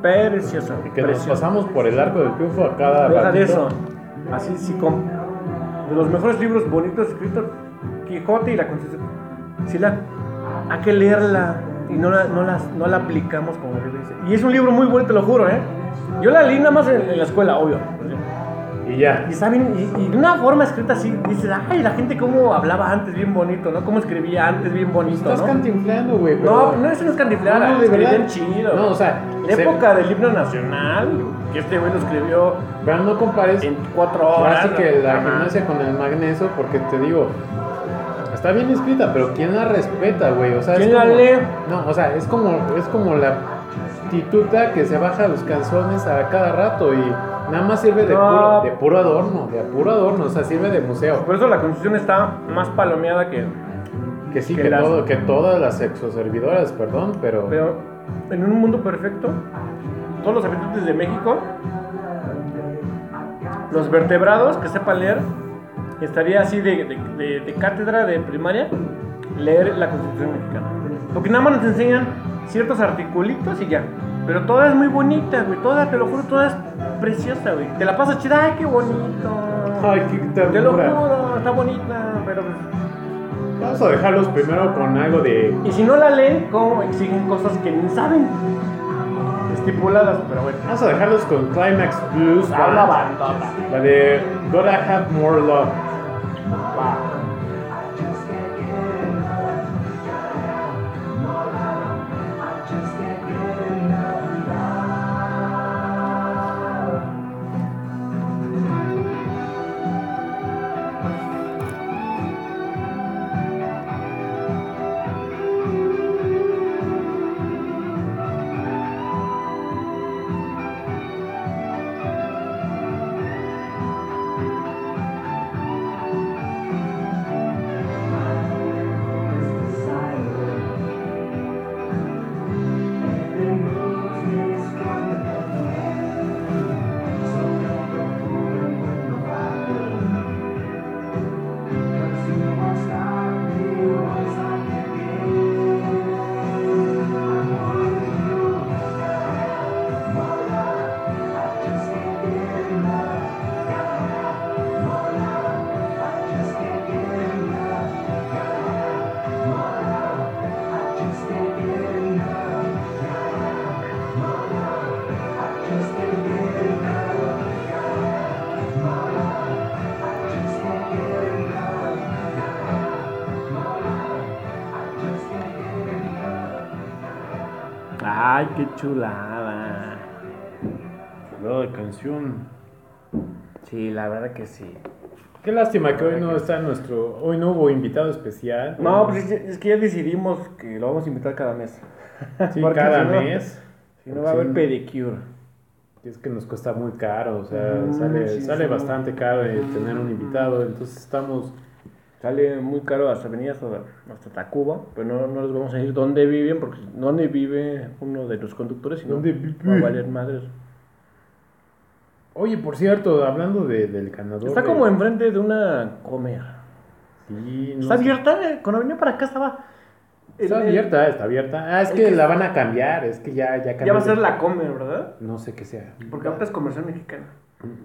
precioso.
Que
precioso.
nos pasamos por el arco del triunfo a cada
Deja de
ratito.
eso. Así sí con de los mejores libros bonitos escritos Quijote y la Constitución. Sí la hay que leerla y no la, no las- no la aplicamos como debe ser. Y es un libro muy bueno, te lo juro, ¿eh? Yo la leí nada más en, en la escuela, obvio.
Y ya.
Y está bien, y, y de una forma escrita así, dices, ay, la gente cómo hablaba antes bien bonito, ¿no? Cómo escribía antes bien bonito,
Estás
¿no?
cantinflando, güey.
No,
pero-
no, eso no es cantiflar,
No, no, de
escribían
verdad.
chido.
No, o sea,
La
se-
época del himno nacional, que este güey lo escribió
Pero no compares
en cuatro horas.
ahora sí que la
Ajá.
gimnasia con el magnesio, porque te digo, está bien escrita, pero ¿quién la respeta, güey? O sea, es
¿Quién la
como-
lee?
No, o sea, es como, es como la tituta que se baja los calzones a cada rato y nada más sirve de,
No.
puro, de puro adorno, de puro adorno, o sea, sirve de museo.
Por eso la constitución está más palomeada que.
Que sí,
Que
que,
las-
todo, que todas las exoservidoras, perdón, pero...
Pero en un mundo perfecto, todos los habitantes de México, los vertebrados que sepan leer, estaría así de, de- de- de cátedra de primaria, leer la constitución mexicana. Porque nada más nos enseñan ciertos articulitos y ya. Pero toda es muy bonita, güey. Toda, te lo juro, toda es preciosa, güey. Te la pasas chida, ay, qué bonito.
Ay, qué
Te lo
ternura.
juro, está bonita, pero... pues
Vamos a dejarlos primero con algo de...
Y si no la leen, ¿cómo exigen cosas que ni saben? Estipuladas, pero bueno.
Vamos a dejarlos con Climax Blues.
Habla
Band.
Ah, bandota.
La de Gotta Have More Love.
Ay, qué chulada.
Lado de canción.
Sí, la verdad que sí.
Qué lástima que hoy no está nuestro. Hoy no hubo invitado especial.
No, pues es, es que ya decidimos que lo vamos a invitar cada mes.
Sí,
Porque
cada
si no-
mes.
Si no va a haber
Sí.
pedicure.
Es que nos cuesta muy caro, o sea,
Mm,
sale,
sí,
sale
sí.
bastante caro eh, tener un invitado. Entonces estamos.
Sale muy caro hasta venir hasta, hasta Tacuba, pero no, no les vamos a decir dónde viven, porque dónde vive uno de los conductores, si no
¿Dónde vive?
va a valer madres.
Oye, por cierto, hablando de- del ganador.
Está
de-
como enfrente de una comer.
Sí, no
Está
sé.
abierta, eh, cuando venía para acá estaba.
Está
el- el-
abierta, está abierta. Ah, es
el
que
que-
la van a cambiar, es que ya, ya cambió.
Ya va a ser la comer, ¿verdad?
No sé qué sea.
Porque ahorita es comercial mexicana.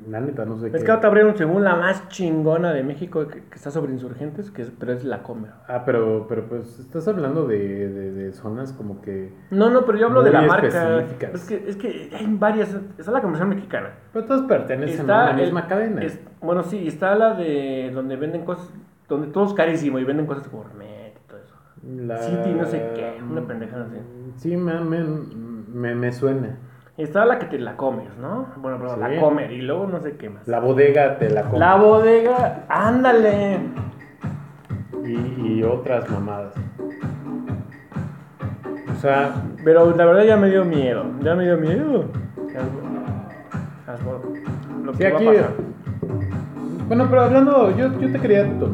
La neta, no sé
Es
qué.
que ahorita abrieron según la más chingona de México que, que está sobre insurgentes, que es, pero es la comer.
Ah, pero, pero pues estás hablando de, de- de zonas como que.
No, no, pero yo hablo
Muy
de la marca.
específicas.
Es que, es que hay varias. Está la comercial mexicana.
Pero todas pertenecen
Está
a la
el-
misma cadena.
es- bueno, sí, está la de donde venden cosas, donde todo es carísimo y venden cosas gourmet y todo eso.
La...
City no sé qué, una pendejada así.
Sí, me, me, me, me suena.
Está la que te la comes, ¿no? Bueno, pero la
Sí.
comer y luego no sé qué más.
La bodega te la compro.
La bodega, ándale.
Y, y otras mamadas. O sea,
Pero la verdad ya me dio miedo, ya me dio miedo. As- as- Lo
sí,
que
aquí.
va a pasar.
Bueno, pero hablando, yo, yo te quería to-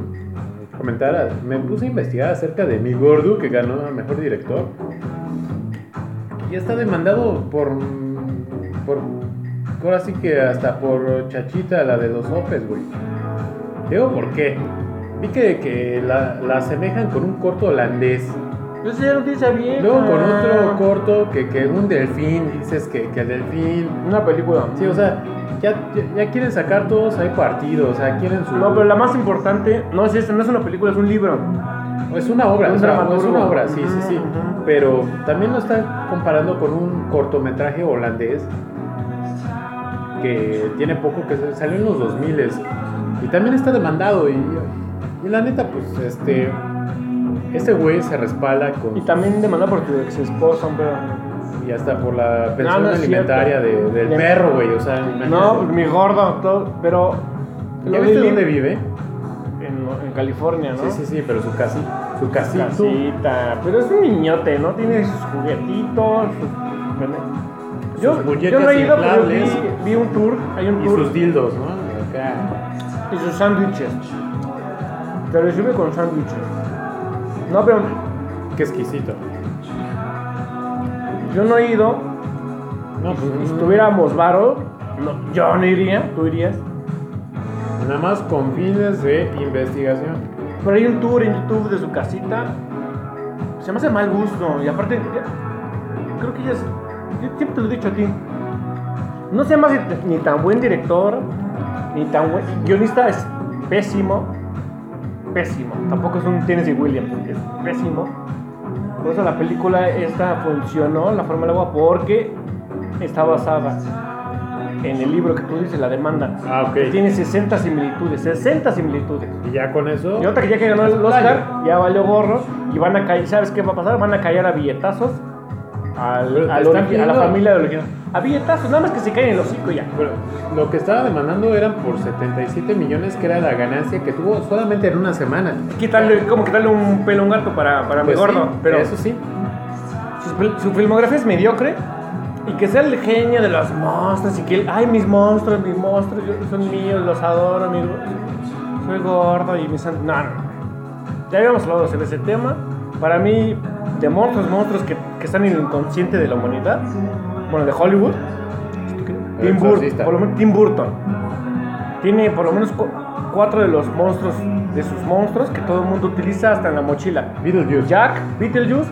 comentar. ah, a- Me puse a investigar acerca de mi gordo que ganó a mejor director. ya está demandado por. por. Ahora sí que hasta por Chachita, la de los sopes, güey. Digo, ¿por qué? Vi que, que la, la asemejan con un corto holandés.
Yo sé, ya no tiene esa vieja.
Luego con
Ah.
otro corto que, que un delfín, dices que, que el delfín.
Una película.
Sí, o sea, ya, ya- ya quieren sacar todos ahí partidos, o sea, quieren su.
No, pero la más importante, no es esta, no es una película, es un libro.
Es una obra,
Un
o sea, es
dramaturgo.
una obra, sí, sí, sí.
Ujú.
Pero también lo están comparando con un cortometraje holandés que tiene poco que sa- salió en los 2000 y también está demandado y, y la neta pues este este güey se respalda con
Y también demanda por tu ex esposa, pero.
y hasta por la pensión
Ah, No, no es
alimentaria de-
cierto.
del
Ya-
perro, güey, o sea, imagínate.
No, pues, mi gordo, todo, pero.
¿Ya
lo
viste
del-
dónde vive?
En, en California, ¿no?
Sí, sí, sí, pero su casi su casito.
Casita. Pero es un niñote, ¿no? Tiene sus juguetitos, sus. pene- Yo,
Sus muñecas
yo no he ido, pero vi,
inflables.
vi un tour, hay un
y
tour.
sus dildos, ¿no? Acá.
Y sus sándwiches. Te lo sirve con sándwiches. No, pero
Qué exquisito.
yo no he ido.
No, pues
Si tuviéramos varo, no, yo no iría, tú irías.
Nada más con fines de investigación.
Pero hay un tour en YouTube de su casita. Se me hace mal gusto. Y aparte, ya- creo que ya es. Yo siempre te lo he dicho a ti. No se me hace t- ni tan buen director, ni tan buen. Guionista es pésimo. Pésimo. Tampoco es un Tennessee Williams. Es pésimo. Por eso la película esta funcionó, La forma del agua, porque está basada en el libro que tú dices, La demanda.
Ah, ok.
Que Tiene 60 similitudes. 60 similitudes.
Y ya con eso.
Y ahorita que ya que ganó el Oscar, ya valió gorro y van a caer, ¿sabes qué va a pasar? Van a caer a billetazos al, al
Están
origi- a la
viendo.
familia del original. A billetazos, nada más que se caen en el hocico y ya.
Pero lo que estaba demandando eran por 77 millones, que era la ganancia que tuvo solamente en una semana.
Quitarle, como quitarle un pelo a un gato para, para
Pues
mi gordo.
sí,
pero
Eso sí.
su, pel- su filmografía es mediocre y que sea el genio de los monstruos y que él, ay, mis monstruos, mis monstruos yo- son míos, los adoro, mi go- soy gordo y mis. No, no. Ya habíamos hablado sobre ese tema. Para mí, de monstruos, monstruos que, que están en el inconsciente de la humanidad, bueno, de Hollywood, Tim Burton,
exorcista.
por lo menos Tim Burton. Tiene por lo menos cu- cuatro de los monstruos, de sus monstruos que todo el mundo utiliza hasta en la mochila.
Beetlejuice.
Jack, Beetlejuice,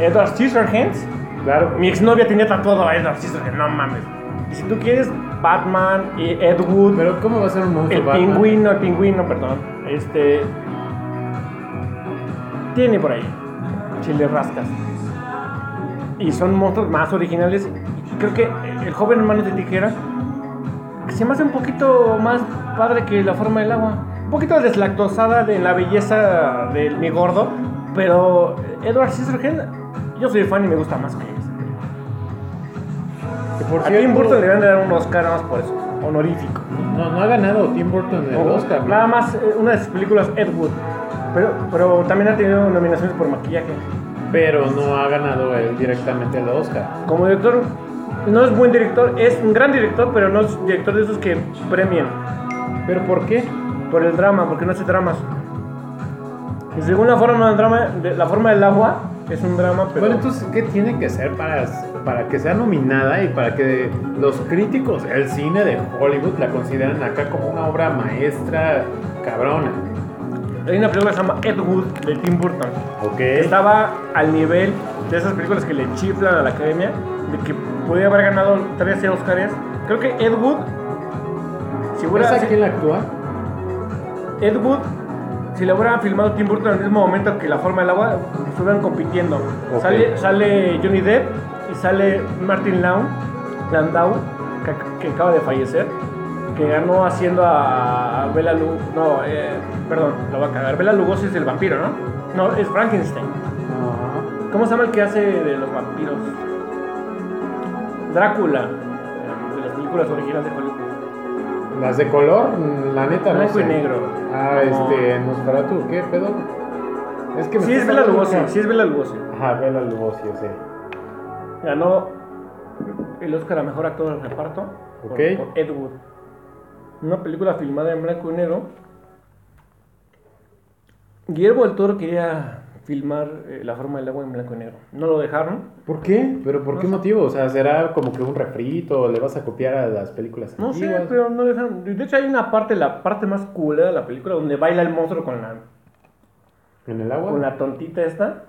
Edward Scissorhands.
Claro.
Mi exnovia tenía tatuado a Edward Scissorhands, no mames. Y si tú quieres, Batman, y Ed Wood,
Pero ¿cómo va a ser un monstruo
el
Batman?
pingüino, el pingüino, perdón. Este. Tiene por ahí chile rascas. Y son monstruos más originales. Y Creo que el joven hermano de tijera que se me hace un poquito más padre que la forma del agua. Un poquito deslactosada de la belleza del mi gordo. Pero Edward Scissorhands, yo soy fan y me gusta más que él.
Que por
A Tim
cierto,
Burton le van a dar un Oscar nada más por eso. Honorífico.
No, no ha ganado Tim Burton el
O-
Oscar. ¿no?
Nada más eh, una de sus películas, Ed Wood. Pero, pero también ha tenido nominaciones por maquillaje.
Pero no ha ganado él directamente el Oscar.
Como director, no es buen director, es un gran director, pero no es director de esos que premian
¿Pero por qué?
por el drama, porque no hace dramas. Y según la forma del drama, de- la forma del agua, es un drama, pero.
Bueno, entonces, ¿qué tiene que ser para, para que sea nominada y para que los críticos del cine de Hollywood la consideran acá como una obra maestra cabrona?
Hay una película que se llama Ed Wood de Tim Burton.
Ok.
Estaba al nivel de esas películas que le chiflan a la academia, de que podía haber ganado 13 Oscars. Creo que Ed Wood. Si hubiera-
¿Esa
si-
quién la actúa?
Ed Wood, si lo hubieran filmado Tim Burton en el mismo momento que La Forma del Agua, estuvieran compitiendo.
Ok.
Sale, sale Johnny Depp y sale Martin Lau- Landau, que, que acaba de fallecer, que ganó haciendo a Bela Lugosi. No, eh, perdón, lo voy a cagar. Bela Lugosi es el vampiro, ¿no? No, es Frankenstein. ¿Cómo se llama el que hace de los vampiros? Drácula, eh, de las películas originales de Hollywood.
Las de color, la neta no
Blanco
sé.
y negro.
Ah,
Como-
este, Nosferatu, ¿qué pedo? Es que me
Sí,
estás
es Bela
hablando
Lugosi,
acá.
sí, es Bela Lugosi.
Ajá, Bela Lugosi, sí.
Ganó el Oscar a Mejor Actor del Reparto por-
Ok.
por, Ed Wood. Una película filmada en blanco y negro. Guillermo del Toro quería filmar eh, la forma del agua en blanco y negro. No lo dejaron.
¿Por qué? ¿Pero por
No
qué
sé.
motivo? O sea, ¿será como que un refrito? ¿Le vas a copiar a las películas
No sé,
antiguas?
pero no dejaron. De hecho, hay una parte, la parte más culera de la película, donde baila el monstruo con la,
¿En el agua?
con la tontita esta,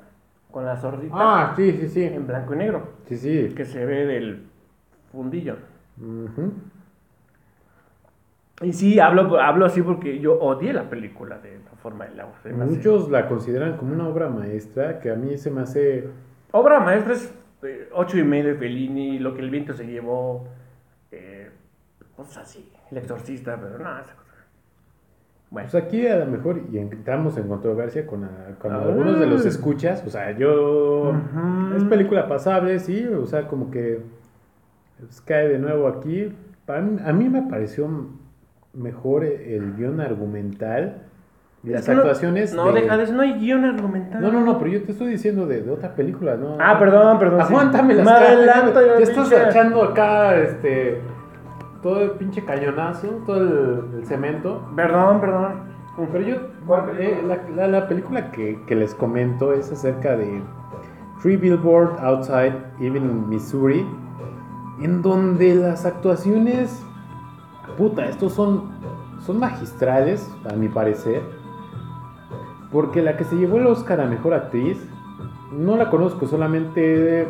con la sordita,
Ah, sí, sí, sí.
en blanco y negro,
Sí, sí.
que se ve del fundillo.
Ujú.
Y sí, hablo, hablo así porque yo odié la película de la forma del agua. se me hace-
Muchos la consideran como una obra maestra que a mí se me hace...
Obra maestra es eh, ocho y medio de Fellini, Lo que el viento se llevó, eh, cosas así, El exorcista, pero no, esa cosa. Bueno,
Pues aquí a lo mejor, y entramos en controversia con, a- con
Ah.
algunos de los escuchas, o sea, yo...
Ujú.
Es película pasable, sí, o sea, como que pues, cae de nuevo aquí. Para mí- a mí me pareció mejor el guión argumental y
es
las
que no-
actuaciones...
No, deja de eso, no hay guión argumental.
No, no, no, pero yo te estoy diciendo de, de otra película, ¿no?
Ah, perdón, perdón, sí.
Aguántame las
Me
caras,
adelanto,
ya
yo
Te estás
pinche-
echando acá, este. Todo el pinche cañonazo, todo el, el cemento.
Perdón, perdón.
Pero yo. eh, la, la- la película que, que les comento es acerca de Three Billboard Outside Evening, Missouri. En donde las actuaciones. Puta, estos son. Son magistrales, a mi parecer. Porque la que se llevó el Oscar a mejor actriz, no la conozco, solamente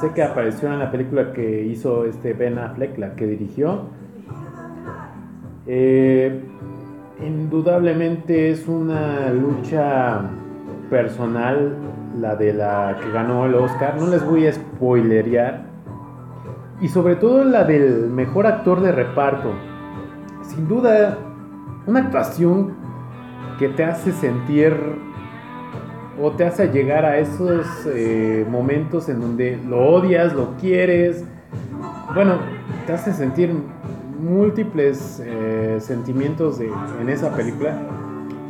sé que apareció en la película que hizo este Ben Affleck, la que dirigió. Eh, indudablemente es una lucha personal la de la que ganó el Oscar, no les voy a spoilerear. Y sobre todo la del mejor actor de reparto. Sin duda, una actuación que te hace sentir o te hace llegar a esos eh, momentos en donde lo odias, lo quieres. Bueno, te hace sentir múltiples eh, sentimientos de- en esa película.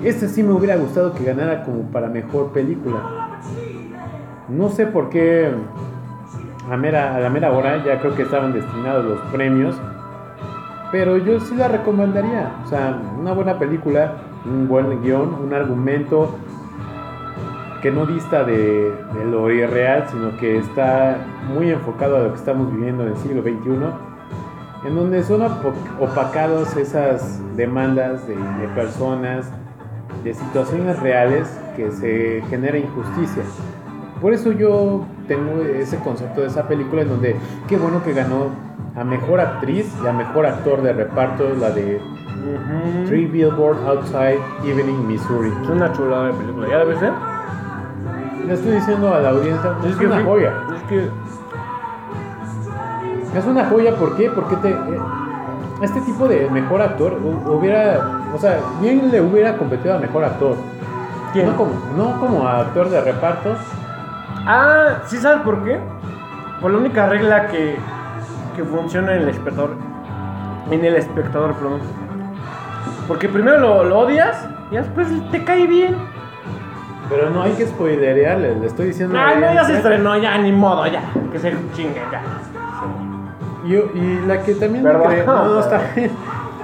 Este sí me hubiera gustado que ganara como para mejor película. No sé por qué a, mera- a la mera hora ya creo que estaban destinados los premios. Pero yo sí la recomendaría. O sea, una buena película, un buen guión, un argumento que no dista de, de lo irreal, sino que está muy enfocado a lo que estamos viviendo en el siglo XXI, en donde son opo- opacados esas demandas de, de personas, de situaciones reales que se genera injusticia. Por eso yo tengo ese concepto de esa película en donde qué bueno que ganó a mejor actriz y a mejor actor de reparto la de
Ujú.
Three Billboard Outside Evening, Missouri.
Es una chulada de película. ¿Ya la viste?
Le estoy diciendo a la audiencia, es una
fui-
joya.
Es que
Es una joya, ¿por qué? Porque te, eh, este tipo de mejor actor hu- hubiera, o sea, bien le hubiera competido a mejor actor.
¿Quién?
No como, no como a actor de reparto.
Ah, ¿sí sabes por qué? Por la única regla que, que funciona en el espectador. En el espectador, perdón. Porque primero lo, lo odias y después te cae bien.
Pero no hay que spoilerearle, le estoy diciendo. a la
Ay, Ah, no, ya se
audiencia.
estrenó, ya, ni modo, ya. Que se chingue, ya.
Y, y la que también
Perdón.
me cre- no, no, está bien.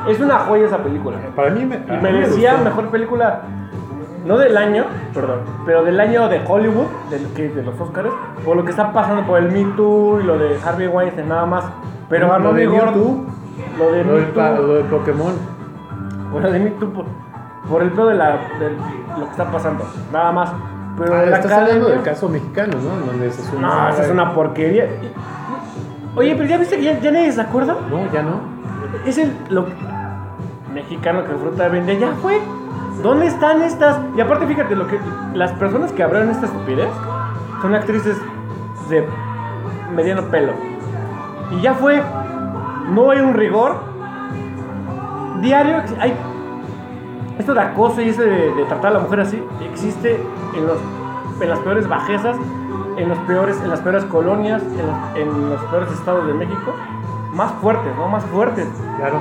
Es una joya esa película.
Para mí me, a
Y
mí me
merecía
gustó.
mejor película, no del año, perdón, pero del año de Hollywood, del, que, de los Oscars, por lo que está pasando por el Me Too y lo de Harvey Weinstein nada más. Pero
Mm, Lo
ganó
de
mi
Me
gordo.
Too.
Lo de
Lo
Me
del, pa-
Too.
lo del Pokémon.
Por lo de Me Too, por, por el pedo de, la, de lo que está pasando, nada más. Pero
Ah,
de la
estás hablando del
academia-
caso mexicano, ¿no? En Donde se sube-
No, esa es una porquería. Oye, pero ya viste que ya, ya nadie se acuerda.
No, ya no.
Es el lo, mexicano que fruta vende. Ya fue. ¿Dónde están estas? Y aparte, fíjate, lo que las personas que abrieron esta estupidez son actrices de mediano pelo. Y ya fue. No hay un rigor. Diario ex- hay. Esto de acoso y eso de, de tratar a la mujer así existe en, los, en las peores bajezas, en, los peores, en las peores colonias, en los, en los peores estados de México. Más fuertes, ¿no? Más fuertes
Claro.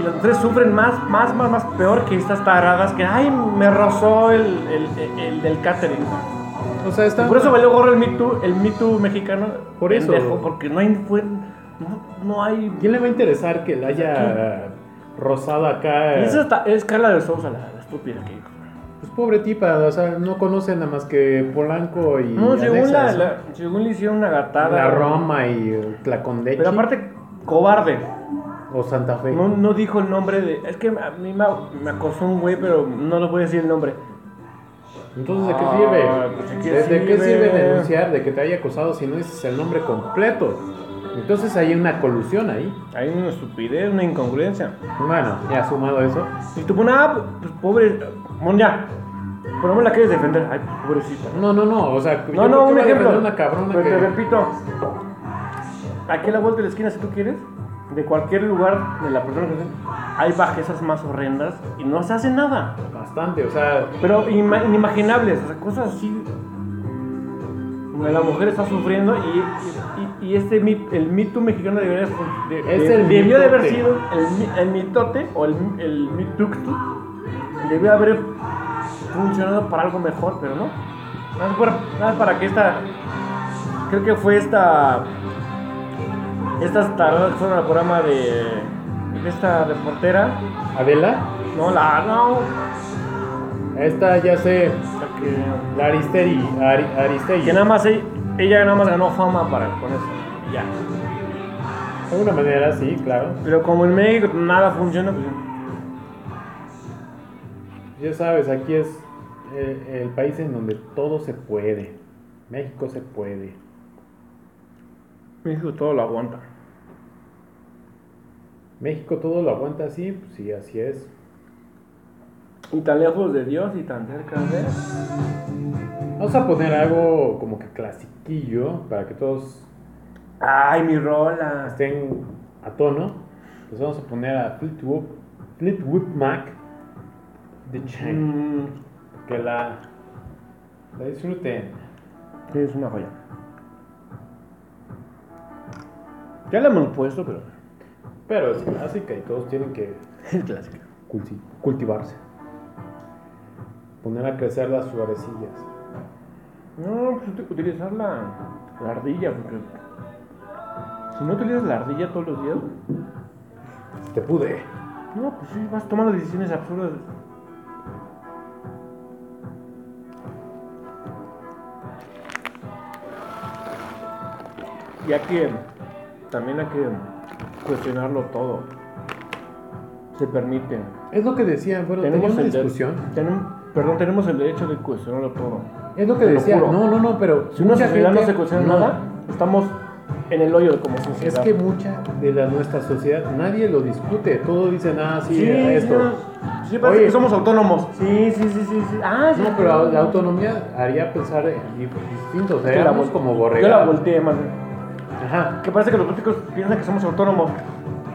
y las mujeres sufren más, más, más, más peor que estas taradas que, ay, me rozó el, el, el- el del catering.
O sea, está.
Por eso valió gorro el Me Too, el Me Too mexicano.
Por eso.
pendejo, porque no hay, fue- no, no hay...
¿Quién le va a interesar que
Pues
la haya rozado acá? Eh.
Y esa está- es Carla de Sousa, la, la estúpida que...
Pues pobre tipa, o sea, no conoce nada más que Polanco y.
No, según, la,
anexas,
la- según le hicieron una
¿no?
gatada.
La Roma y eh, Tlacondechi.
Pero aparte, cobarde.
O Santa Fe.
No, no dijo el nombre de. Es que a mí me, me acosó un güey, pero no lo voy a decir el nombre.
Entonces, ¿de qué
Ah,
sirve?
pues, ¿de qué
¿De, de qué
sirve?
sirve denunciar de que te haya acosado si no dices el nombre completo? Entonces hay una colusión ahí.
Hay una estupidez, una incongruencia.
Bueno, ya sumado eso.
Y tú pones, ah, pues pobre. Bueno, ya. Pero no me la quieres defender. Ay, pobrecita.
No, no, no, o sea,
No, no, un ejemplo.
una cabrona
Pero te
que...
repito. Aquí a la vuelta de la esquina, si tú quieres, de cualquier lugar de la persona que sea, hay bajezas más horrendas y no se hace nada.
Bastante, o sea,
Pero ima- inimaginables, o sea, cosas así. donde La mujer está sufriendo y, y- y este mi- el mito mexicano debería, de-
Es
de-
el
debió de haber
mitote.
sido el, mi- el mitote o el, el mituctu. Debió haber funcionado para algo mejor, pero no. Nada más para, nada más para que esta. Creo que fue esta. Estas taradas que fueron al programa de. de esta reportera.
Adela,
No, la. No.
esta ya sé,
la que-
la Aristeri, Ari, Aristei,
Que nada más e- ella, nada más ganó fama para con eso. y Ya.
de alguna manera, sí, claro.
Pero como en México nada funciona, pues.
Ya sabes, aquí es el, el país en donde todo se puede. México se puede.
México todo lo aguanta.
México todo lo aguanta así, pues sí, así es.
Y tan lejos de Dios y tan cerca de.
Vamos a poner algo como que clasiquillo para que todos
¡Ay, mi rola!
estén a tono. Les vamos a poner a Fleetwood, Fleetwood Mac de Chain.
Mm,
Que la, la disfruten.
sí, es una joya. Ya la hemos puesto, pero. (laughs)
Pero es clásica y todos tienen que
Es clásica.
culti- cultivarse. Poner a crecer las florecillas.
No, pues tengo que utilizar la, la ardilla, porque. Si no utilizas la ardilla todos los días,
Te pude.
no, pues sí, vas tomando decisiones absurdas. Ya que también hay que cuestionarlo todo. Se permite.
Es lo que decía, bueno, tenemos una
el de-
discusión.
tenem- perdón, tenemos el derecho de cuestionarlo todo.
Es lo que
Te lo
decía.
juro.
no, no, no, pero.
Si una
mucha
sociedad no
gente-
se cuestiona
no.
nada, estamos en el hoyo de como
Es
sociedad.
que mucha de la, nuestra sociedad nadie lo discute. Todo dicen, ah, sí,
sí,
esto.
sí, sí, parece
Oye.
que somos autónomos. Sí, sí, sí, sí, sí. Ah, sí.
No, pero la autonomía haría pensar en dif- distinto, o sea,
Yo la
éramos
vol-
como
Yo la
borregados.
volteé, man.
Ajá.
Que parece que los políticos piensan que somos autónomos.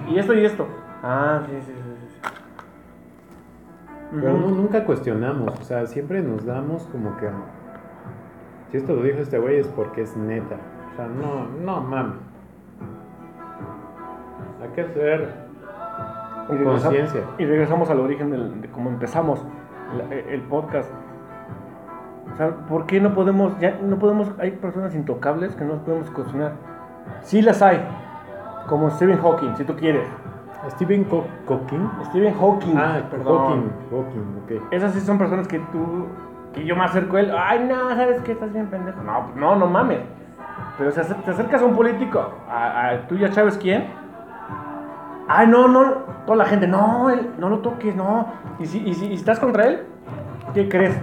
Y esto y esto. Ah, sí, sí, sí. sí.
Pero no, nunca cuestionamos, o sea, siempre nos damos como que... Si esto lo dijo este güey es porque es neta. O sea, no, no mames. Hay que hacer
Y regresa-
conciencia.
Y regresamos al origen del- de cómo empezamos la- e, el, podcast. O sea, ¿por qué no podemos, ya no podemos, hay personas intocables que no las podemos cuestionar? Sí las hay, como Stephen Hawking, si tú quieres.
Stephen Co- Hawking.
Stephen Hawking.
Ah, Hawking,
perdón.
Hawking, ok.
Esas sí son personas que tú, que yo me acerco a él, ay, no, ¿sabes qué? Estás bien pendejo. No, pues, no, no mames. Pero se acer- te acercas a un político, a, a- tú ya sabes quién. Ay, no, no, toda la gente, no, él, no lo toques, no. Y si, y si- y si estás contra él, ¿qué crees?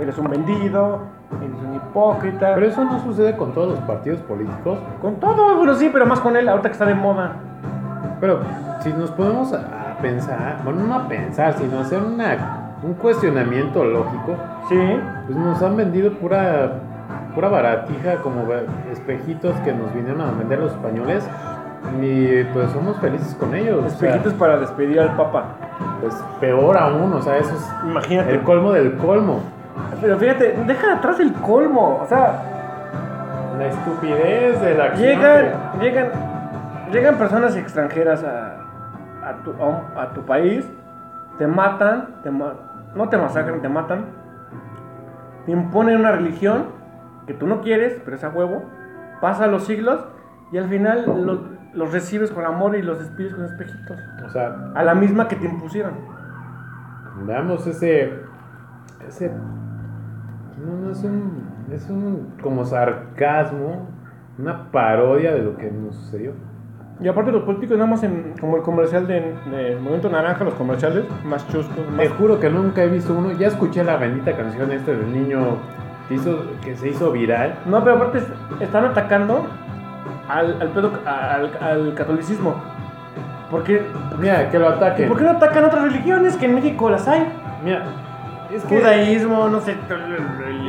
Eres un vendido, eres un hipócrita.
Pero eso no sucede con todos los partidos políticos.
Con todo, bueno, sí, pero más con él, ahorita que está de moda.
Pero si nos podemos a a pensar, bueno, no a pensar, sino hacer una, un cuestionamiento lógico,
Sí.
pues nos han vendido pura, pura baratija, como ve- espejitos que nos vinieron a vender los españoles. Y pues somos felices con ellos. o sea,
Espejitos para despedir al Papa.
pues peor aún, o sea, eso es
Imagínate.
el colmo del colmo.
Pero fíjate, deja atrás el colmo. O sea,
La estupidez de la
llegan, llegan, llegan personas extranjeras a, a, tu, a un- a tu país, te matan, te ma- no te masacran, te matan, te imponen una religión que tú no quieres, pero es a huevo, pasan los siglos y al final los, los recibes con amor y los despides con espejitos.
O sea,
A la misma que te impusieron.
veamos ese Ese. No, no, es un. Es un. Como sarcasmo. Una parodia de lo que nos sucedió.
Y aparte los políticos nada más en, como el comercial de, de Momento Naranja, los comerciales más chuscos, más...
Te juro que nunca he visto uno. Ya escuché la bendita canción esta del niño que, hizo, que se hizo viral.
No, pero aparte es- están atacando al, al, pedo- al, al catolicismo. Porque,
Mira, que lo ataquen.
¿Por qué no atacan otras religiones que en México las hay?
Mira, es que.
Judaísmo, no sé.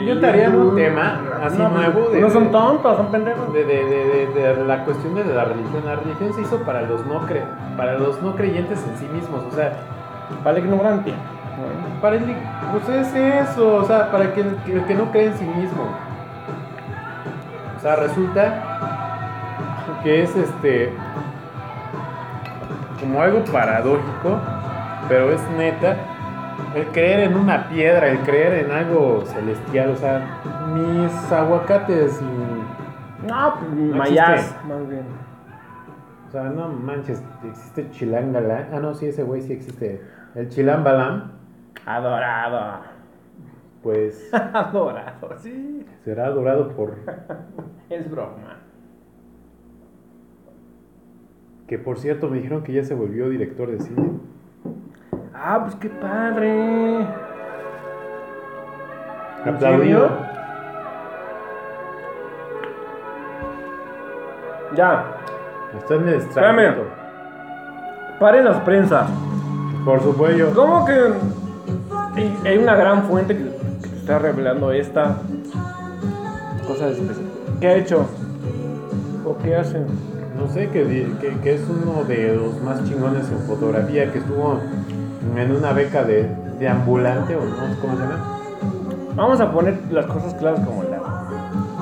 Yo te haría un tema así
no,
nuevo de-
No son tontos, son pendejos.
De, de- de- de- de la cuestión de la religión. La religión se hizo para los no, cre para los no creyentes en sí mismos. O sea,
Para la ignorancia.
Para el, pues es eso, o sea, para que, que, que no cree en sí mismo. O sea, resulta que es este como algo paradójico, pero es neta. El creer en una piedra, el creer en algo celestial, o sea, mis aguacates, mm,
No, pues, mayas, más bien.
o sea, no manches, existe Chilangalán. Ah, no, sí, ese güey sí existe. El Chilambalam,
Adorado.
pues (laughs)
(laughs) Adorado, sí.
será adorado por
Es broma.
Que por cierto me dijeron que ya se volvió director de cine.
Ah, pues qué padre.
Aplaudido.
serio? Ya,
Están en el extranjero.
paren las prensas.
Por supuesto.
¿Cómo que hay- hay una gran fuente que, que te está revelando esta cosa de especie? ¿Qué ha hecho? ¿O qué hace?
No sé, que, di- que- que es uno de los más chingones en fotografía, que estuvo en una beca de, de ambulante o no, sé ¿cómo se llama?
Vamos a poner las cosas claras como el agua.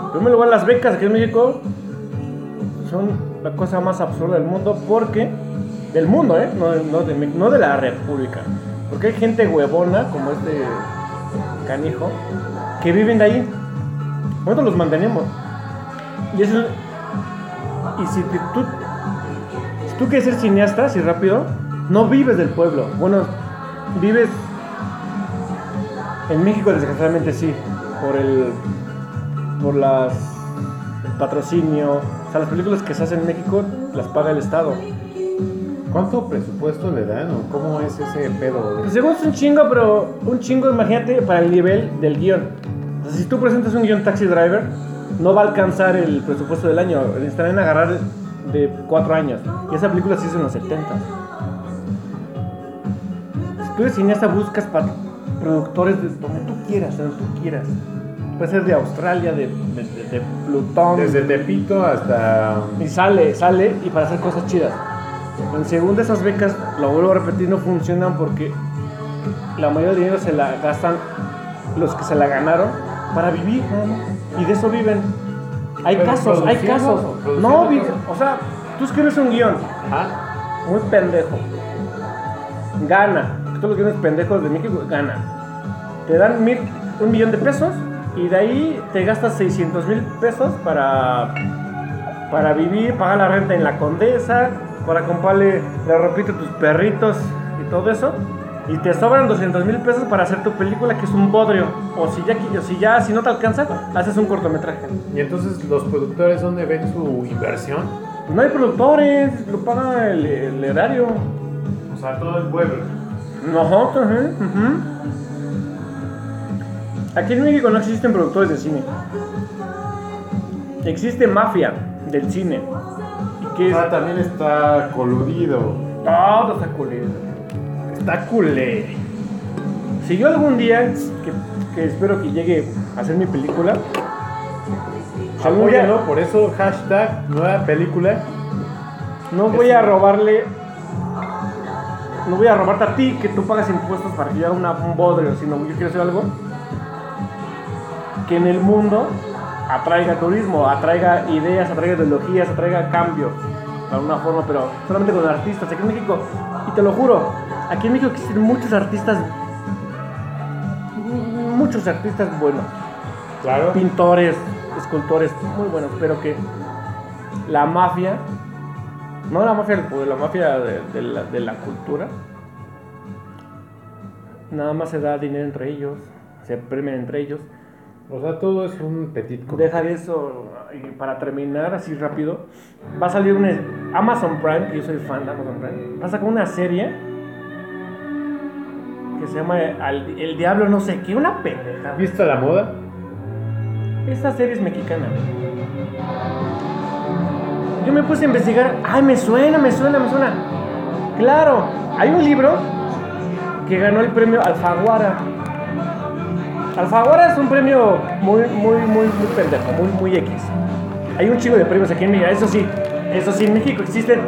En primer lugar, las becas aquí en México son la cosa más absurda del mundo porque... Del mundo, ¿eh? No, no de, Mex- no de la República. Porque hay gente huevona como este canijo que viven de ahí. Nosotros los mantenemos. Y eso... Y si te- tú... Si tú quieres ser cineasta, así rápido, no vives del pueblo. Bueno, vives en México desgraciadamente sí, por el por las el patrocinio, o sea, las películas que se hacen en México las paga el Estado.
¿Cuánto presupuesto le dan o cómo es ese pedo?
Pues según es un chingo, pero un chingo, imagínate, para el nivel del guión. O sea, si tú presentas un guión Taxi Driver, no va a alcanzar el presupuesto del año, necesitarán agarrar de cuatro años. Y esa película se hizo en los 70. Si tú eres cineasta, buscas para productores de donde tú quieras, de donde tú quieras. Puede ser de Australia, de, de- de- de Plutón.
Desde Tepito hasta...
Y sale, sale, y para hacer cosas chidas. En segunda, esas becas, lo vuelvo a repetir, no funcionan porque la mayoría del dinero se la gastan los que se la ganaron para vivir, nada más. Y de eso viven. Hay
Pero
casos, hay
produciendo,
casos.
produciendo
No, vi-
cosas.
o sea, tú escribes un guión,
Ajá.
muy pendejo. Gana. Todos los guiones pendejos de México gana. Te dan mil, un millón de pesos y de ahí te gastas 600 mil pesos para, para vivir, pagar la renta en la condesa, para comprarle la ropita a tus perritos y todo eso. Y te sobran 200 mil pesos para hacer tu película que es un bodrio. O si ya, qui- o si ya si no te alcanza, haces un cortometraje.
Y entonces los productores, ¿dónde ven su inversión?
No hay productores, lo paga el, el erario.
O sea, todo el pueblo.
Nosotros, ¿eh? Ujú. Aquí en México no existen productores de cine. Existe mafia del cine. Y que es
también está coludido.
Ah, todo está culero.
Está culé.
Si yo algún día, que, que espero que llegue a hacer mi película, si algún día
Apóyenlo, por eso hashtag nueva película.
no voy a robarle. No voy a robarte a ti que tú pagas impuestos para que yo haga una, un bodrio, sino yo quiero hacer algo que en el mundo atraiga turismo, atraiga ideas, atraiga ideologías, atraiga cambio, de alguna forma, pero solamente con artistas. Aquí en México, y te lo juro, aquí en México existen muchos artistas, muchos artistas buenos
Claro.
pintores, escultores muy buenos, pero que la mafia, no la mafia del poder, la mafia de, de la, de la cultura, nada más se da dinero entre ellos. se premian entre ellos.
O sea, todo es un petit comité.
Dejar eso y para terminar así rápido. Va a salir una Amazon Prime, que yo soy fan de Amazon Prime. Va a sacar una serie que se llama Al- El Diablo no sé qué, una pendejada.
¿Viste la moda?
Esta serie es mexicana. Yo me puse a investigar. Ay, me suena, me suena, me suena. Claro, hay un libro que ganó el premio Alfaguara. Alfaguara es un premio muy, muy, muy, muy pendejo, muy, muy X. Hay un chico de premios aquí en México. Eso sí, eso sí, en México existen.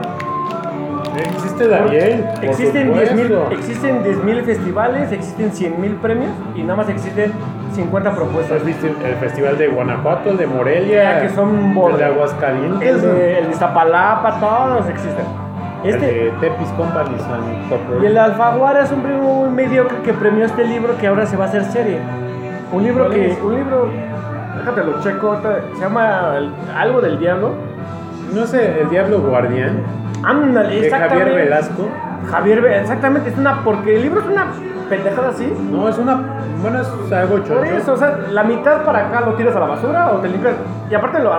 Existe Daniel. por
existen 10.000
supuesto.
existen 10.000 festivales, existen 100.000 premios y nada más existen 50 propuestas.
¿Has visto el festival de Guanajuato, el de Morelia?
Ya Ah, que son
El
borde.
de Aguascalientes.
El de, el de Iztapalapa, todos existen. Este,
El de Tepis Company, San Topro.
y el de Alfaguara es un primo muy mediocre que premió este libro que ahora se va a hacer serie. Un libro
¿Cuál
que.
es?
Un libro. Déjate lo checo. ahorita, Se llama el- Algo del Diablo.
No sé, el Diablo Guardián.
Ándale,
De
exactamente.
Javier Velasco.
Javier Ve- exactamente. Es una. Porque el libro es una pendejada así.
No, es una. Bueno, es algo chocho.
Por eso, o sea, la mitad para acá lo tiras a la basura o te limpias. Y aparte, lo,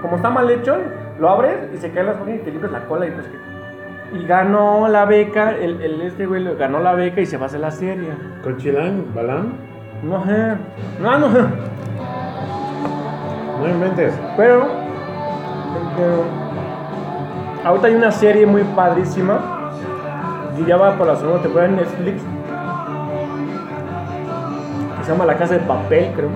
como está mal hecho, lo abres y se caen las páginas y te limpias la cola y pues que- Y ganó la beca, el, el- este güey lo- ganó la beca y se va a hacer la serie.
Con Chilán, Balán.
No sé. No, no.
No inventes.
Pero. este, ahorita hay una serie muy padrísima. Y ya va para la segunda temporada en Netflix. Que se llama La Casa de Papel, creo.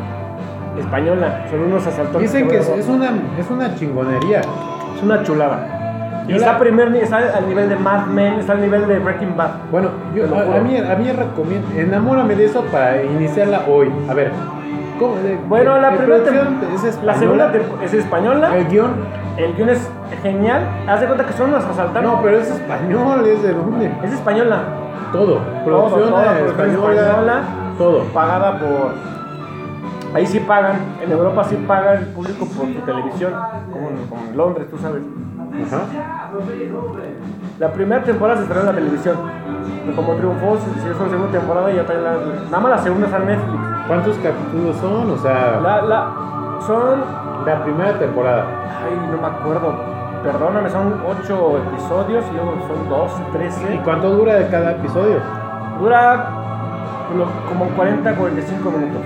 Española. Son unos asaltantes.
Dicen que es,
van a-
es una, es una chingonería.
Es una chulada. Y
Yo
está,
la-
primer, ni- está al nivel de Mad Men, está al nivel de Breaking Bad.
Bueno, yo,
Te lo
a,
juro.
a mí, a mí recomiendo, enamórame de eso para iniciarla hoy. A ver, ¿cómo? eh,
Bueno, la primera
producción
tem-
es española,
La segunda tem- es española.
El guión,
El guion es genial. Haz de cuenta que son unos asaltantes.
no, pero es español, es de dónde.
Es española.
Todo, producción
todo,
eh,
producción
española,
española.
todo.
Pagada por. Ahí sí pagan. En Europa sí paga el público por su televisión. Como en, como en Londres, tú sabes.
Ajá.
La primera temporada se estrenó en la televisión. Como triunfó, se se hizo la segunda temporada y ya trae la. Nada más la segunda está en Netflix.
¿Cuántos capítulos son? O sea, la,
La, la, son
primera temporada.
Ay, no me acuerdo. Perdóname, son 8 episodios y luego son 2,
¿Y
13.
cuánto dura cada episodio?
Dura lo- como 40, 45 minutos.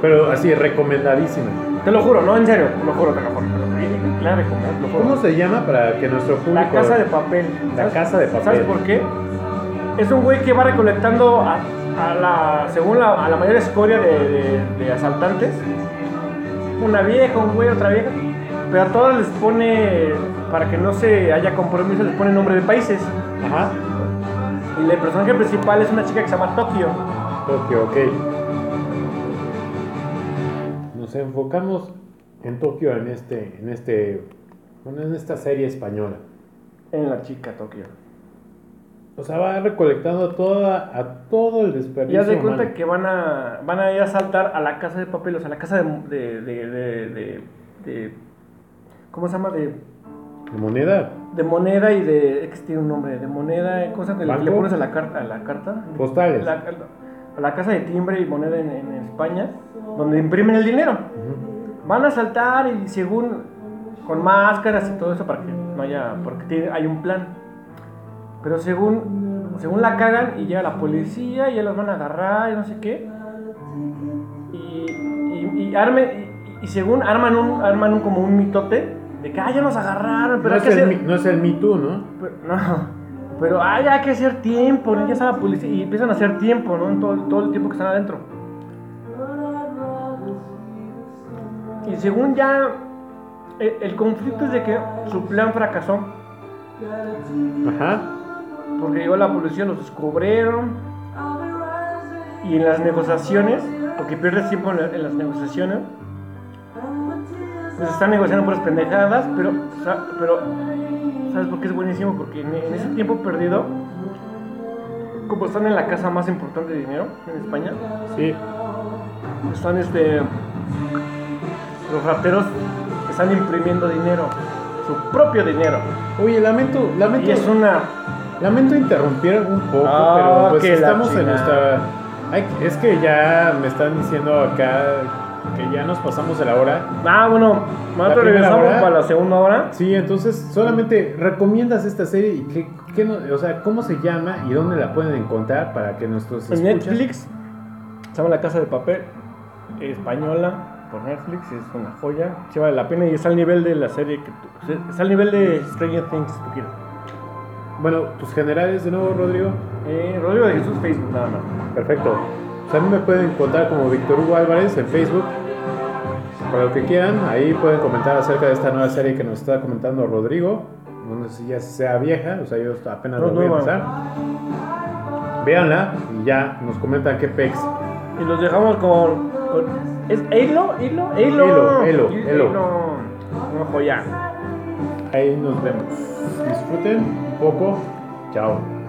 Pero así, recomendadísima.
Te lo juro, no, en serio, te lo juro, te lo juro. Te lo juro, te la recomiendo, te lo juro.
¿Cómo se llama para que nuestro público...
La casa de papel.
La
¿Sabes-
Casa de Papel.
¿Sabes por qué? Es un güey que va recolectando a, a la, según la, a la mayor escoria de, de- de asaltantes. Una vieja, un güey, otra vieja. Pero a todas les pone, para que no se haya compromiso, les pone nombre de países.
Ajá.
Y el personaje principal es una chica que se llama Tokio.
Tokio, ok. Nos enfocamos en Tokio en este, en este, bueno, en esta serie española.
En la chica Tokio.
O sea, va recolectando a toda, a todo el
Y
desperdicio.
haz de cuenta
humano.
que van a, van a ir a saltar a la casa de papel, o sea, la casa de... de, de, de, de- de- ¿Cómo se llama? De,
¿De moneda?
de moneda y de... Es que tiene un nombre, de moneda, eh, cosa que le- que le
¿Banco?
pones a la, carta a la carta.
Postales.
La, a la casa de timbre y moneda en, en España, donde imprimen el dinero.
Ujú.
Van a saltar y según con máscaras y todo eso para que no haya, porque tiene- hay un plan. Pero según, según la cagan y llega la policía y ya los van a agarrar y no sé qué. Y, y, y arme- y, y según arman un, arman un como un mitote de que ah, ya nos agarraron, pero
no,
hay
es
que hacer.
el, mi- no es el Me Too, ¿no?
Pero, no, (laughs) pero ay, hay que hacer tiempo, ¿no? ya está la policía. Y empiezan a hacer tiempo, ¿no? En todo, todo el tiempo que están adentro. Y según ya, e- el, conflicto es de que su plan fracasó.
Ajá.
Porque llegó la policía, los descubrieron. Y en las negociaciones, porque pierdes tiempo en, la- en las negociaciones, pues están negociando puras pendejadas, pero, o sea, pero ¿sabes por qué es buenísimo? Porque en, en ese tiempo perdido, como están en la casa más importante de dinero en España,
Sí.
están este. Los rateros están imprimiendo dinero, su propio dinero.
Oye, lamento,
Y
lamento,
es una.
lamento interrumpir un poco,
Ah,
pero pues
que la
estamos en
chingada.
nuestra Ay, es que ya me están diciendo acá que ya nos pasamos de la hora.
Ah, bueno,
primera
nosotros regresamos
hora.
para la segunda hora.
Sí, entonces solamente recomiendas esta serie y qué, qué no- o sea, cómo se llama y dónde la pueden encontrar para que nuestros
En
escuchas-
Netflix se llama La Casa de Papel, española, por Netflix, es una joya, sí vale la pena y está al nivel de la serie que tú, es al nivel de Stranger Things, si tú quieres.
Bueno, tus generales de nuevo, Rodrigo.
Eh, Rodrigo de Jesús, Facebook, nada más.
Perfecto. Pues a mí me pueden encontrar como Víctor Hugo Álvarez en Facebook. Para lo que quieran, ahí pueden comentar acerca de esta nueva serie que nos está comentando Rodrigo. No sé si ya sea vieja, o sea, yo apenas
No,
lo voy a
nueva.
empezar. Véanla y ya nos comentan qué pex.
Y los dejamos con. con- ¿Es Halo? ¿Halo? ¿Halo?
Halo, Halo, Halo.
Una joya.
Ahí nos vemos. Disfruten un poco. Chao.